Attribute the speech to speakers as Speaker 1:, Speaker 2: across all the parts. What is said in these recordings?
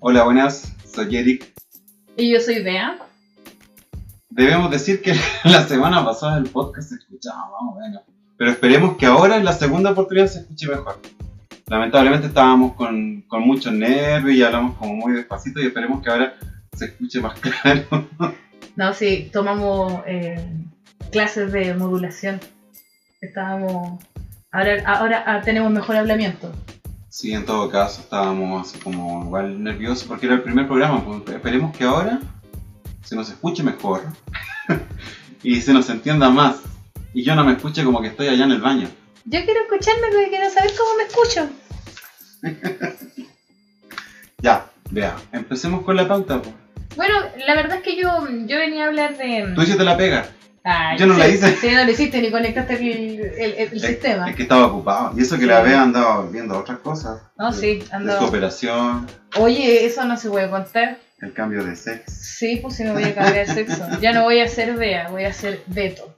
Speaker 1: Hola, buenas, soy Eric.
Speaker 2: Y yo soy Bea.
Speaker 1: Debemos decir que la semana pasada el podcast se escuchaba, vamos, venga. Pero esperemos que ahora en la segunda oportunidad se escuche mejor. Lamentablemente estábamos con, con mucho nervio y hablamos como muy despacito y esperemos que ahora se escuche más claro.
Speaker 2: No, sí, tomamos eh, clases de modulación. Estábamos. Ahora, ahora ah, tenemos mejor hablamiento.
Speaker 1: Sí, en todo caso estábamos así como igual nerviosos porque era el primer programa. pues, Esperemos que ahora se nos escuche mejor y se nos entienda más. Y yo no me escuche como que estoy allá en el baño.
Speaker 2: Yo quiero escucharme porque quiero saber cómo me escucho.
Speaker 1: Ya, vea, empecemos con la pauta. pues.
Speaker 2: Bueno, la verdad es que yo, yo venía a hablar de.
Speaker 1: Tú hiciste la pega.
Speaker 2: Ay,
Speaker 1: yo no la
Speaker 2: sí,
Speaker 1: hice. Eh,
Speaker 2: Sí, no lo hiciste ni conectaste el, el- el
Speaker 1: Es-
Speaker 2: sistema.
Speaker 1: Es que estaba ocupado. Y eso que la
Speaker 2: Ah. Sí.
Speaker 1: Bea andaba viendo otras cosas.
Speaker 2: No,
Speaker 1: De-
Speaker 2: sí,
Speaker 1: De su
Speaker 2: ando.
Speaker 1: operación,
Speaker 2: Oye, eso no se puede contar.
Speaker 1: el cambio de sexo.
Speaker 2: Sí, pues si no voy a cambiar sexo. Ya no voy a ser Bea, voy a ser Beto.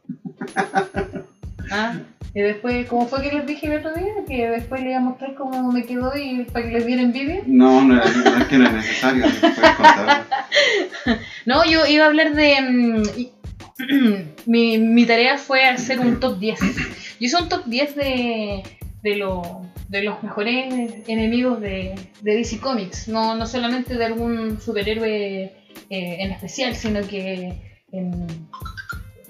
Speaker 2: Ah, y después, ¿cómo fue que les dije el otro día? Que después les iba a mostrar cómo me quedó y para que les diera envidia.
Speaker 1: No, no, era- no es que no es necesario. si puedes contarlo.
Speaker 2: No, yo iba a hablar de. mm, y- mi, mi tarea fue hacer un top 10. Yo hice un top 10 de, de, lo- de los mejores enemigos de, de DC Comics. No, no solamente de algún superhéroe eh, en especial, sino que en,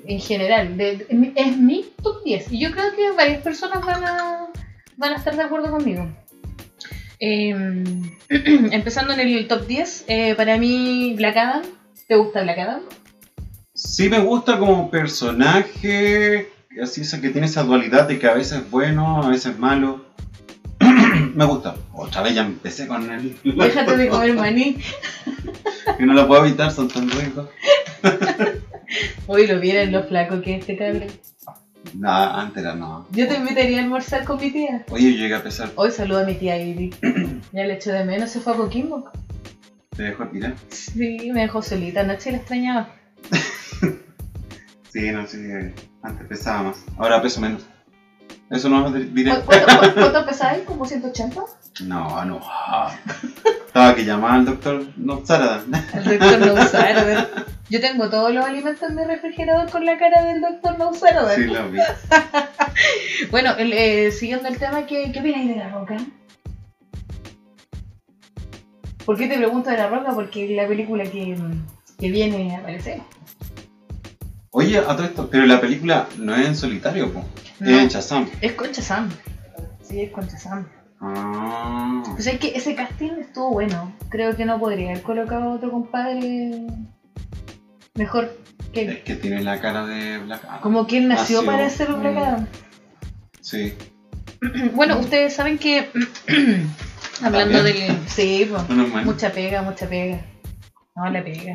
Speaker 2: en general. De- de- es mi top 10. Y yo creo que varias personas van a, van a estar de acuerdo conmigo. Eh, empezando en el top 10, eh, para mí Black Adam. ¿Te gusta Black Adam?
Speaker 1: Sí me gusta como personaje, así esa que tiene esa dualidad de que a veces es bueno, a veces es malo. me gusta. Otra vez ya empecé con él.
Speaker 2: Déjate de comer maní.
Speaker 1: Que no lo puedo evitar, son tan ricos.
Speaker 2: Hoy lo vieran lo flaco que es este cabrón.
Speaker 1: Nada, antes era no.
Speaker 2: Yo te invitaría a almorzar con mi tía.
Speaker 1: Oye, yo llegué a pesar.
Speaker 2: Hoy saludo a mi tía Ivy. Ya le echo de menos, se fue a Coquimbo.
Speaker 1: Te dejo tirar.
Speaker 2: Sí, me dejó solita anoche y la extrañaba.
Speaker 1: Sí, no, sí. Antes pesaba más. Ahora peso menos. Eso no lo diré.
Speaker 2: ¿Cu- ¿Cuánto, cu- cuánto pesaba él? ¿Como 180?
Speaker 1: No, no. Estaba que llamaba al doctor no, Sarada.
Speaker 2: El doctor Nausarder. Yo tengo todos los alimentos en mi refrigerador con la cara del doctor Nausarder.
Speaker 1: Sí, lo vi.
Speaker 2: Bueno, el, eh, siguiendo el tema, ¿qué, ¿qué opináis de La Roca? ¿Por qué te pregunto de La Roca? Porque es la película que, que viene a aparecer.
Speaker 1: Oye, a todo esto, pero la película no es en solitario, po.
Speaker 2: No,
Speaker 1: es en Shazam.
Speaker 2: Es con Chazam. Sí, es con Chazam.
Speaker 1: Ah,
Speaker 2: O sea, es que ese casting estuvo bueno. Creo que no podría haber colocado a otro compadre mejor que él.
Speaker 1: es que tiene la cara de Black Adam.
Speaker 2: Como que él nació
Speaker 1: Nació,
Speaker 2: para ser un Black
Speaker 1: mm.
Speaker 2: Adam.
Speaker 1: Sí.
Speaker 2: Bueno, ustedes saben que...
Speaker 1: También.
Speaker 2: hablando del... Sí, pues.
Speaker 1: No, no, man.
Speaker 2: Mucha pega, mucha pega. No, la pega.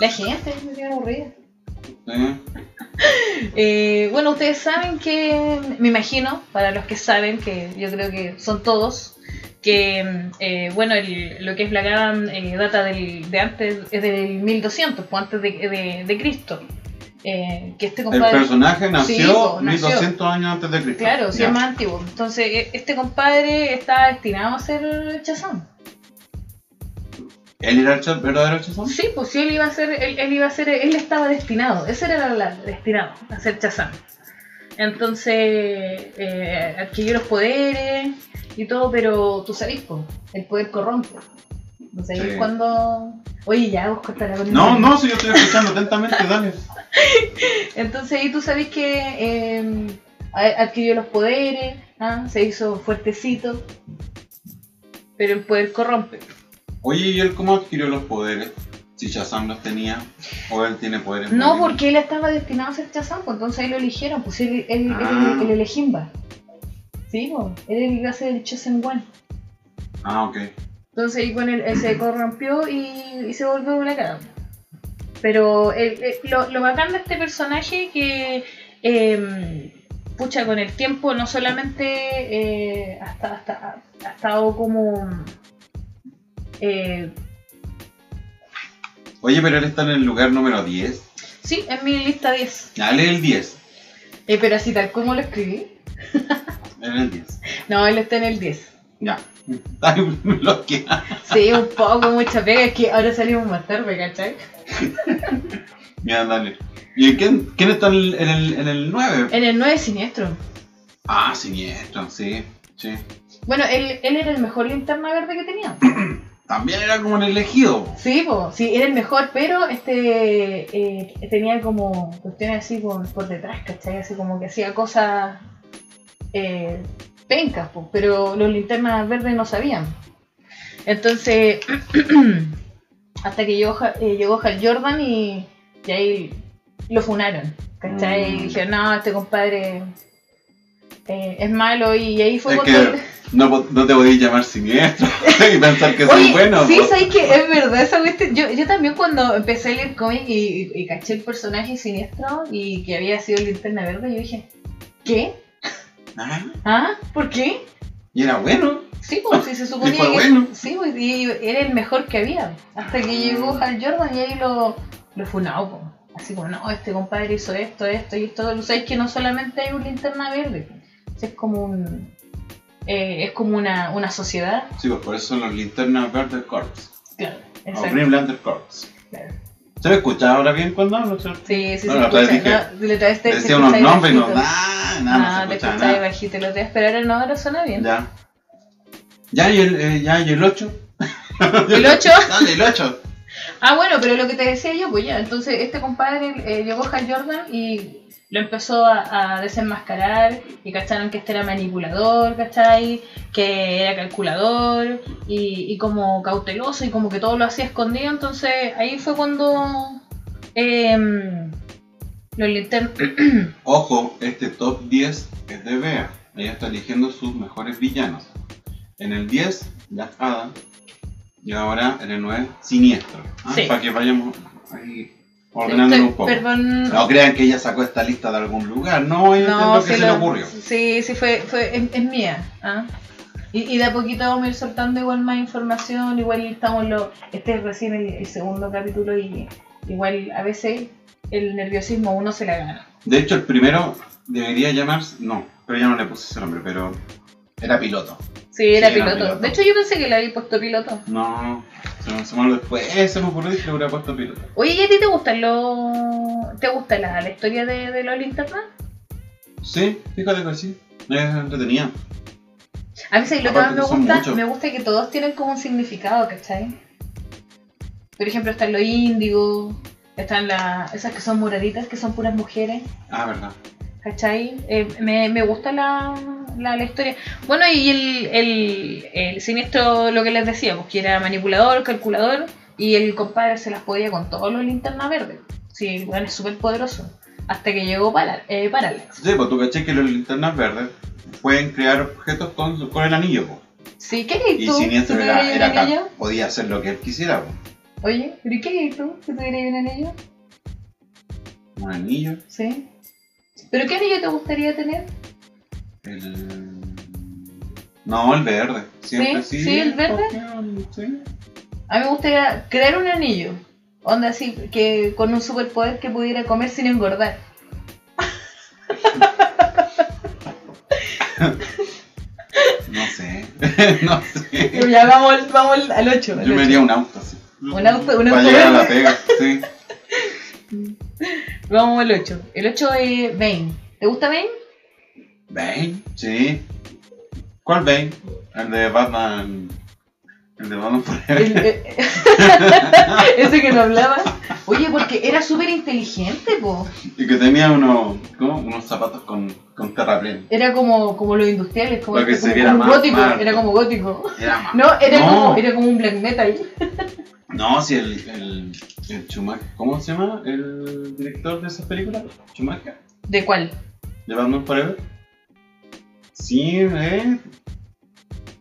Speaker 2: La gente me tiene aburrida.
Speaker 1: Eh,
Speaker 2: Eh, bueno, ustedes saben que, me imagino, para los que saben, que yo creo que son todos, que, eh, bueno, el- lo que es Black Adam eh, data del, de antes, es del 1200, pues antes de, de- de Cristo. Eh, que este
Speaker 1: El
Speaker 2: compadre...
Speaker 1: personaje nació,
Speaker 2: po, nació.
Speaker 1: 1200 años antes de Cristo.
Speaker 2: Claro, si
Speaker 1: Ya.
Speaker 2: es más antiguo. Entonces, e- este compadre está destinado a ser Chazam.
Speaker 1: ¿Él era el Shaz- verdadero Shazam?
Speaker 2: Sí, pues sí, él iba a ser, él, él iba a ser, él estaba destinado, ese era la, la- destinado, a ser Chazam. Entonces, eh, adquirió los poderes y todo, pero tú sabes, po, el poder corrompe. No sabéis
Speaker 1: Sí.
Speaker 2: cuando... Oye, ya, vos cortala con el
Speaker 1: No,
Speaker 2: dedo.
Speaker 1: no, si yo estoy escuchando atentamente, dale.
Speaker 2: Entonces, y tú sabes que eh, a- adquirió los poderes, ¿ah? se hizo fuertecito, pero el poder corrompe.
Speaker 1: Oye, ¿y él cómo adquirió los poderes? Si Shazam los tenía, o él tiene poderes.
Speaker 2: No,
Speaker 1: malignos.
Speaker 2: porque él estaba destinado a ser Chazam, pues entonces ahí lo eligieron, pues él, él, él-
Speaker 1: Ah.
Speaker 2: él, el elegimba. Sí, pues, él iba a ser el Chosen One.
Speaker 1: Ah, ok.
Speaker 2: Entonces ahí con él, él se corrompió y, y se volvió una cara. Pero el- el- lo, lo bacán de este personaje que, eh, pucha, con el tiempo no solamente eh, hasta, hasta, ha estado como... eh,
Speaker 1: Oye, pero él está en el lugar número 10.
Speaker 2: sí, en mi lista 10.
Speaker 1: Ya, él es el 10.
Speaker 2: Eh, pero así tal como lo escribí.
Speaker 1: Él es el 10.
Speaker 2: No, él está en el 10.
Speaker 1: Ya. Ay, me bloquea.
Speaker 2: Sí, un poco, mucha pega. Es que ahora salimos más tarde, ¿cachai?
Speaker 1: Ya, dale. ¿Y quién, quién está en el, en el, en el 9?
Speaker 2: En el 9 siniestro.
Speaker 1: Ah, siniestro, sí. Sí.
Speaker 2: Bueno, él, él era el mejor linterna verde que tenía.
Speaker 1: También era como el elegido. po.
Speaker 2: Sí, po, sí, era el mejor, pero este eh, tenía como cuestiones así por, por detrás, ¿cachai? Así como que hacía cosas eh, pencas, po, pero los linternas verdes no sabían. Entonces, hasta que llegó, Ha- eh, llegó Hal Jordan y, y ahí lo funaron, ¿cachai?
Speaker 1: Mm.
Speaker 2: Y dijeron, no, este compadre eh, es malo, y ahí fue
Speaker 1: Es
Speaker 2: cuando...
Speaker 1: que- No, po- no te podías llamar siniestro y pensar que soy
Speaker 2: Oye,
Speaker 1: bueno.
Speaker 2: Sí,
Speaker 1: po.
Speaker 2: sabes que es verdad esa cuestión. Yo, yo también cuando empecé a leer cómic y, y- y caché el personaje siniestro y que había sido linterna verde, yo dije, ¿qué?
Speaker 1: Ah,
Speaker 2: ¿Ah? ¿Por qué?
Speaker 1: y era bueno.
Speaker 2: Sí, pues si se suponía
Speaker 1: fue
Speaker 2: que
Speaker 1: bueno.
Speaker 2: sí, pues, y era el mejor que había. Hasta que llegó
Speaker 1: Ah.
Speaker 2: Hal Jordan y ahí lo, lo funao, po. Así como, no, este compadre hizo esto, esto y esto. Sabes que no solamente hay un linterna verde, es como un eh, es como una, una sociedad.
Speaker 1: Sí, pues por eso son los linternas verdes corps.
Speaker 2: Claro,
Speaker 1: O Green Lantern Corps.
Speaker 2: claro.
Speaker 1: ¿Se me escucha ahora bien cuando hablo, cierto?
Speaker 2: Sí, sí,
Speaker 1: No,
Speaker 2: se
Speaker 1: la otra vez
Speaker 2: escucha, ¿no? Le traes- te- te
Speaker 1: Decía unos
Speaker 2: escucháis
Speaker 1: nombres y no, nah, nah, no
Speaker 2: bajito.
Speaker 1: se
Speaker 2: Ah, te
Speaker 1: escuchaba
Speaker 2: escucháis
Speaker 1: nada.
Speaker 2: bajito el otro día, pero ahora no, ahora suena bien.
Speaker 1: Ya. Ya, y el, eh, ya, y el 8.
Speaker 2: ¿El ocho?
Speaker 1: Dale, el 8.
Speaker 2: Ah, bueno, pero lo que te decía yo, pues ya, entonces este compadre eh, llegó Hal Jordan y lo empezó a, a desenmascarar y cacharon que este era manipulador, ¿cachai? Que era calculador y, y como cauteloso y como que todo lo hacía escondido, entonces ahí fue cuando em, los linternas...
Speaker 1: Ojo, este top 10 es de Bea. Ella está eligiendo sus mejores villanos. En el 10, Black Adam. Y ahora en el 9, Siniestro. Ah,
Speaker 2: Sí.
Speaker 1: Para que vayamos ahí ordenándolo un poco.
Speaker 2: Perdón,
Speaker 1: No crean que ella sacó esta lista de algún lugar. No, es- es lo que
Speaker 2: sí
Speaker 1: se
Speaker 2: lo-
Speaker 1: le ocurrió.
Speaker 2: Sí, sí, fue, fue es, es mía. ¿ah? Y, y de a poquito vamos a ir soltando igual más información, igual estamos en lo, este es recién el, el segundo capítulo y igual a veces el nerviosismo uno se la gana.
Speaker 1: De hecho, el primero debería llamarse. No, pero ya no le puse ese nombre, pero era piloto.
Speaker 2: Sí, era
Speaker 1: Sí, era
Speaker 2: piloto.
Speaker 1: piloto.
Speaker 2: De hecho yo pensé que le había puesto piloto.
Speaker 1: No, se me, se me olvidó después. Eh, se me ocurrió que le hubiera puesto piloto.
Speaker 2: Oye, ¿y a ti te gustan los te gusta la, la historia de, de los linternas?
Speaker 1: Sí, fíjate que sí. Es entretenida.
Speaker 2: A veces lo que más
Speaker 1: Aparte
Speaker 2: me
Speaker 1: que son
Speaker 2: gusta,
Speaker 1: muchos.
Speaker 2: me gusta que todos tienen como un significado, ¿cachai? Por ejemplo, están los índigos, están la, esas que son moraditas, que son puras mujeres,
Speaker 1: Ah, verdad.
Speaker 2: ¿cachai? Eh, me, me gusta la, la, la historia. Bueno, y el, el, el siniestro, lo que les decíamos, que era manipulador, calculador, y el compadre se las podía con todos los linternas verdes. Sí, el weón es súper poderoso. Hasta que llegó para eh, Parallax.
Speaker 1: Sí, pues tú caché que los linternas verdes pueden crear objetos con, con el anillo, pues.
Speaker 2: Sí, ¿qué eres
Speaker 1: Y
Speaker 2: tú?
Speaker 1: siniestro
Speaker 2: ¿Tú
Speaker 1: era,
Speaker 2: crees
Speaker 1: era
Speaker 2: en
Speaker 1: cap-
Speaker 2: ello?
Speaker 1: podía hacer lo que él quisiera, pues.
Speaker 2: Oye, ¿pero y qué harías tú si tuvieras un anillo?
Speaker 1: Un anillo,
Speaker 2: Sí. ¿Pero qué anillo te gustaría tener?
Speaker 1: el. No, el verde. Siempre
Speaker 2: Sí,
Speaker 1: sí.
Speaker 2: sí, el verde.
Speaker 1: porque- Sí.
Speaker 2: A mí me gustaría crear un anillo. Onda así, que con un superpoder que pudiera comer sin engordar.
Speaker 1: No sé. no sé.
Speaker 2: Pero ya vamos, vamos al- al 8.
Speaker 1: Yo me haría un auto así.
Speaker 2: Un auto- un
Speaker 1: Para
Speaker 2: auto
Speaker 1: llegar a la
Speaker 2: verde.
Speaker 1: pega, sí.
Speaker 2: Vamos al 8. El 8 es Bane. ¿Te gusta Bane?
Speaker 1: Bane, sí. ¿Cuál Bane? El de Batman. El de Batman Forever.
Speaker 2: El- eh, ese que no hablaba. Oye, porque era súper inteligente, po.
Speaker 1: Y que tenía unos, ¿cómo? unos zapatos con, con terraplén.
Speaker 2: Era como, como los industriales, como,
Speaker 1: Lo que
Speaker 2: como-
Speaker 1: sería
Speaker 2: como
Speaker 1: más-
Speaker 2: gótico.
Speaker 1: más-
Speaker 2: Era como gótico.
Speaker 1: Era más.
Speaker 2: No, era,
Speaker 1: No.
Speaker 2: Como, era como un black metal.
Speaker 1: No, si el, el, el Schumacher. ¿Cómo se llama el director de esas películas? Schumacher.
Speaker 2: ¿De cuál?
Speaker 1: De Batman Forever. Sí, eh.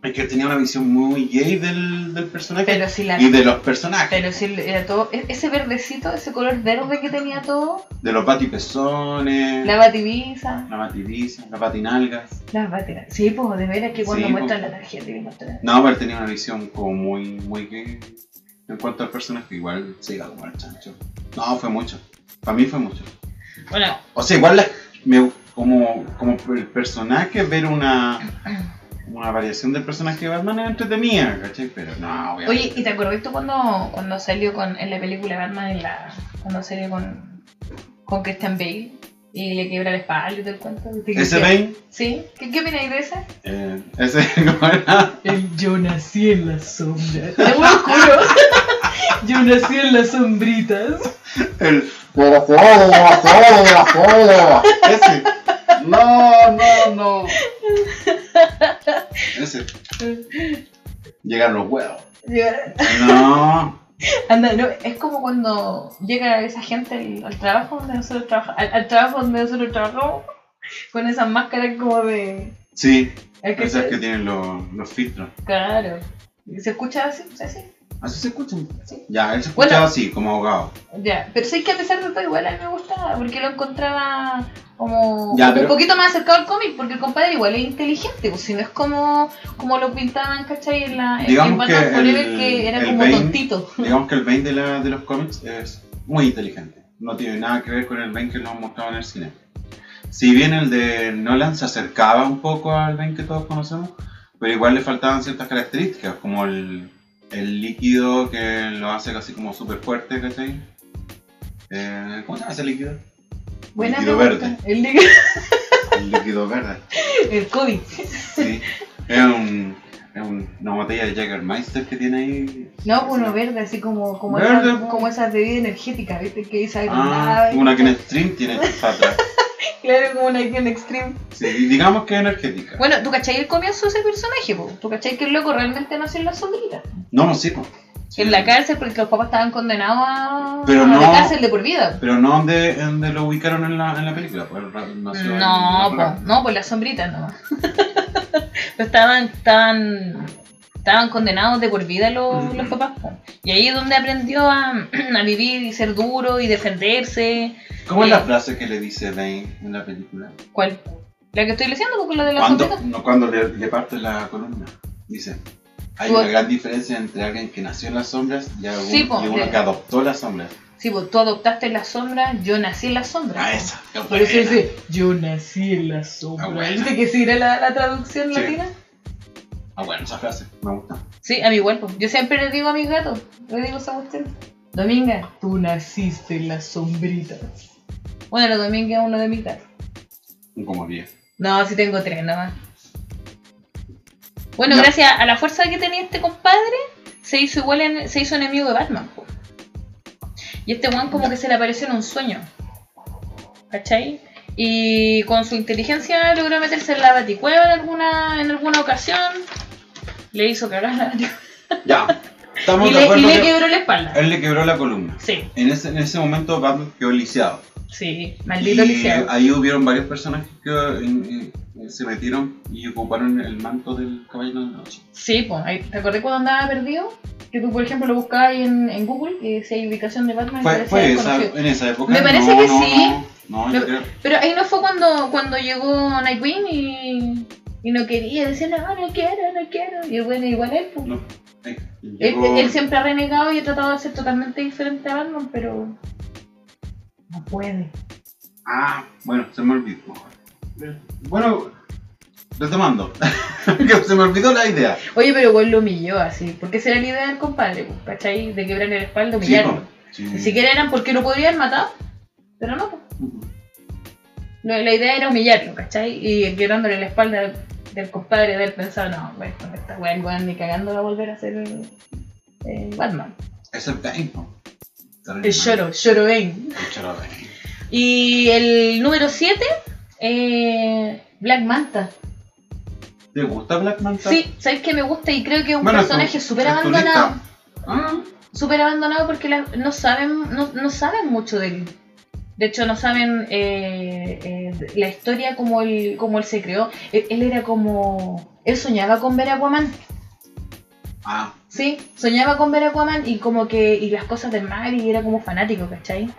Speaker 1: Es que tenía una visión muy gay del, del personaje.
Speaker 2: Pero si la
Speaker 1: y de los personajes.
Speaker 2: Pero si era todo, e- ese verdecito, ese color verde que tenía todo,
Speaker 1: De los batipezones.
Speaker 2: la bativiza,
Speaker 1: La bativiza, las batinalgas.
Speaker 2: las batiras. Sí, pues de veras que cuando
Speaker 1: Sí, po.
Speaker 2: muestran la tarjeta y muestran.
Speaker 1: No, pero tenía una visión como muy, muy que en cuanto al personaje, igual se iba a tomar el chancho. No, fue mucho. Para mí fue mucho.
Speaker 2: Bueno,
Speaker 1: O sea, igual la- me- como, como el personaje ver una una variación del personaje de Batman es entretenida, ¿cachai? Pero no, obviamente.
Speaker 2: Oye, ¿y te acordás tú cuando, cuando salió con, en la película Batman, en la, cuando salió con, con Christian Bale? Y le quiebra la espalda y todo el cuento. Y te
Speaker 1: ¿Ese
Speaker 2: queda-
Speaker 1: Bane?
Speaker 2: ¿Sí? ¿Qué, qué opináis de esa?
Speaker 1: eh, ese, ¿cómo era?
Speaker 2: El yo nací en la sombra. Es muy oscuro. Yo nací en las sombritas.
Speaker 1: El. Ese. No, no, no. Ese. Llegaron los huevos. No.
Speaker 2: Anda, no, es como cuando llega esa gente al, al trabajo donde nosotros trabajamos, al, al trabajo donde nosotros trabajamos, con esas máscaras como de...
Speaker 1: Sí,
Speaker 2: ¿Es que
Speaker 1: esas
Speaker 2: se-
Speaker 1: que tienen los, los filtros.
Speaker 2: Claro. ¿Y ¿Se escucha así? ¿Sí? sí?
Speaker 1: ¿Así se escuchan?
Speaker 2: Sí.
Speaker 1: Ya, él se escuchaba
Speaker 2: Bueno.
Speaker 1: así, como ahogado.
Speaker 2: Ya, pero sí que a pesar de todo igual a mí me gustaba, porque lo encontraba como
Speaker 1: Ya,
Speaker 2: como
Speaker 1: pero-
Speaker 2: un poquito más acercado al cómic, porque el compadre igual es inteligente, pues si no es como, como lo pintaban, ¿cachai? En la en- en
Speaker 1: Digamos que
Speaker 2: Batman Forever
Speaker 1: el-
Speaker 2: que era
Speaker 1: el
Speaker 2: como
Speaker 1: Bane-
Speaker 2: tontito.
Speaker 1: Digamos que el Bane de, la, de los cómics es muy inteligente. No tiene nada que ver con el Bane que nos han mostrado en el cine. Si bien el de Nolan se acercaba un poco al Bane que todos conocemos, pero igual le faltaban ciertas características, como el, el líquido que lo hace casi como súper fuerte, ¿cachai? Eh, ¿Cómo se llama ese líquido?
Speaker 2: Buena
Speaker 1: líquido
Speaker 2: pregunta.
Speaker 1: verde.
Speaker 2: El, líquido-
Speaker 1: El líquido verde.
Speaker 2: el cómic.
Speaker 1: Sí. Es, un, es un- una botella de Jägermeister que tiene ahí.
Speaker 2: No, uno verde, así como, como,
Speaker 1: Verde,
Speaker 2: esas,
Speaker 1: pues.
Speaker 2: como esas bebidas energéticas, ¿viste? Que dice algo
Speaker 1: Ah, una que en stream tiene para atrás.
Speaker 2: Claro, como una en extreme.
Speaker 1: Sí, y digamos que es energética.
Speaker 2: Bueno, ¿tú cachai el comienzo de ese personaje? po? ¿Tú cachai que el loco realmente nació en la sombrita?
Speaker 1: No, no, sí, po. Sí.
Speaker 2: En la cárcel porque los papás estaban condenados a,
Speaker 1: Pero
Speaker 2: a
Speaker 1: no-
Speaker 2: la cárcel de por vida.
Speaker 1: Pero no donde, donde lo ubicaron en la, en la película. Pues, ra- nació en-
Speaker 2: No,
Speaker 1: en
Speaker 2: po,
Speaker 1: la-
Speaker 2: no, pues la sombrita nomás. Pero estaban, estaban, estaban condenados de por vida los, los papás. po. Y ahí es donde aprendió a, a vivir y ser duro y defenderse.
Speaker 1: ¿Cómo es la frase que le dice Bane en la película?
Speaker 2: ¿Cuál? La que estoy leyendo, porque la de la
Speaker 1: Cuando,
Speaker 2: sombrita.
Speaker 1: no, cuando le, le parte la columna. Dice, hay
Speaker 2: Tú-
Speaker 1: una gran diferencia entre alguien que nació en las sombras y, algún-
Speaker 2: Sí, po,
Speaker 1: y uno
Speaker 2: de-
Speaker 1: que adoptó las sombras.
Speaker 2: Sí, pues tú adoptaste la sombra, yo nací en la sombra.
Speaker 1: Ah, esa. qué
Speaker 2: Por eso
Speaker 1: buena.
Speaker 2: dice, yo nací en la sombra.
Speaker 1: Ah, buena.
Speaker 2: ¿Viste que si era la, la traducción
Speaker 1: Sí.
Speaker 2: latina?
Speaker 1: Ah, bueno, esa frase. Me gusta.
Speaker 2: Sí, a mi igual. pues. Yo siempre le digo a mis gatos, le digo esa cuestión. Dominga, tú naciste en la sombrita. Bueno, la Dominga es uno de mis gatos.
Speaker 1: Como 10.
Speaker 2: No, sí tengo tres nomás. Bueno,
Speaker 1: Ya.
Speaker 2: gracias a la fuerza que tenía este compadre, se hizo igual en- se hizo enemigo de Batman. po. Y este Juan como que se le apareció en un sueño. ¿Cachai? Y con su inteligencia logró meterse en la baticueva en alguna, en alguna ocasión. Le hizo cagar la baticueva.
Speaker 1: Ya. Estamos
Speaker 2: Y
Speaker 1: de
Speaker 2: le, y
Speaker 1: acuerdo.
Speaker 2: le
Speaker 1: que
Speaker 2: quebró la espalda.
Speaker 1: Él le quebró la columna.
Speaker 2: Sí,
Speaker 1: En ese, en ese momento Batman quedó lisiado.
Speaker 2: sí, maldito
Speaker 1: y
Speaker 2: lisiado.
Speaker 1: Ahí hubieron varios personajes que eh, eh, se metieron y ocuparon el manto del caballero de la noche.
Speaker 2: Sí, pues, ahí- ¿te acordás cuando andaba perdido? Que tú, por ejemplo, lo buscabas ahí en, en Google y decía ubicación de Batman. y
Speaker 1: Fue,
Speaker 2: aparecía
Speaker 1: fue esa,
Speaker 2: desconocido.
Speaker 1: en esa época.
Speaker 2: Me parece
Speaker 1: no,
Speaker 2: que
Speaker 1: no,
Speaker 2: sí.
Speaker 1: No, no,
Speaker 2: Me-
Speaker 1: yo creo.
Speaker 2: Pero ahí no fue cuando, cuando llegó Nightwing y, y no quería, decía, no, no quiero, no quiero. Y bueno, igual él, pues.
Speaker 1: No, eh,
Speaker 2: Él,
Speaker 1: llegó-
Speaker 2: él siempre ha renegado y ha tratado de ser totalmente diferente a Batman, pero no puede.
Speaker 1: Ah, bueno, se me olvidó. Bueno, retomando. que se me olvidó la idea.
Speaker 2: Oye, pero igual lo humilló así, porque esa era la idea del compadre, pues, ¿cachai? De quebrar el
Speaker 1: Sí,
Speaker 2: espalda, humillarlo.
Speaker 1: po, sí.
Speaker 2: Ni siquiera eran porque lo podrían matar, pero no, pues. No, la idea era humillarlo, ¿cachai? Y quebrándole la espalda del, del compadre de él pensaba, no, bueno, con esta weá, el weón ni cagando va a volver a ser eh, Batman.
Speaker 1: Ese es Bane, po.
Speaker 2: El Shoro, Shoro Bane.
Speaker 1: El Shoro Bane.
Speaker 2: Y el número 7, eh, Black Manta.
Speaker 1: ¿Te gusta Black Manta?
Speaker 2: Sí, sabes que me gusta y creo que es un
Speaker 1: Bueno, es tu-
Speaker 2: personaje súper
Speaker 1: es tu lista.
Speaker 2: abandonado.
Speaker 1: Ah,
Speaker 2: Súper abandonado porque la- no, saben, no, no saben mucho de él. De hecho, no saben eh, eh, la historia como él, como él se creó. Él, él era como... Él soñaba con ver a Aquaman.
Speaker 1: ah,
Speaker 2: Sí, soñaba con ver a Aquaman y como que y las cosas del mar y era como fanático, ¿cachai?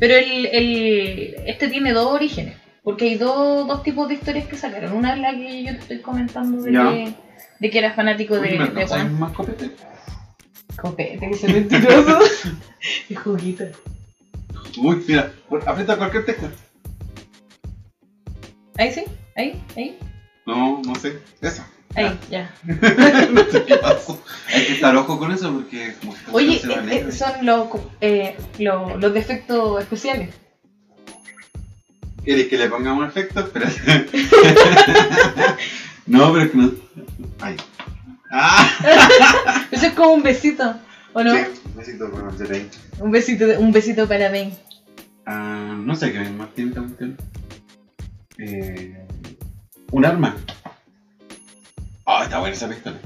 Speaker 2: Pero el, el- este tiene dos orígenes, porque hay dos- dos tipos de historias que sacaron. Una es la que yo te estoy comentando de,
Speaker 1: Ya.
Speaker 2: que, de que era fanático de,
Speaker 1: oye, ¿me
Speaker 2: de
Speaker 1: alcanzáis
Speaker 2: Aquaman.
Speaker 1: más copete?
Speaker 2: Copete, que soy mentiroso. Qué juguito.
Speaker 1: Uy, mira, aprieta cualquier tecla.
Speaker 2: Ahí sí, ahí, ahí.
Speaker 1: No, no sé. Eso.
Speaker 2: Ahí, ya.
Speaker 1: no sé qué pasó. Hay que estar ojo con eso porque como que
Speaker 2: Oye,
Speaker 1: se va
Speaker 2: eh,
Speaker 1: negro.
Speaker 2: eh, son los, co- eh, lo- los defectos especiales.
Speaker 1: ¿Querés que le pongamos efecto? Espérate. no, pero es que no. Ay. ¡Ah!
Speaker 2: Eso es como un besito, ¿o no?
Speaker 1: Sí, un besito para hacer ahí.
Speaker 2: Un besito, de- un besito para Ben.
Speaker 1: Ah, no sé qué más tiene esta cuestión. Eh, un arma. Ah, está buena esa pistola.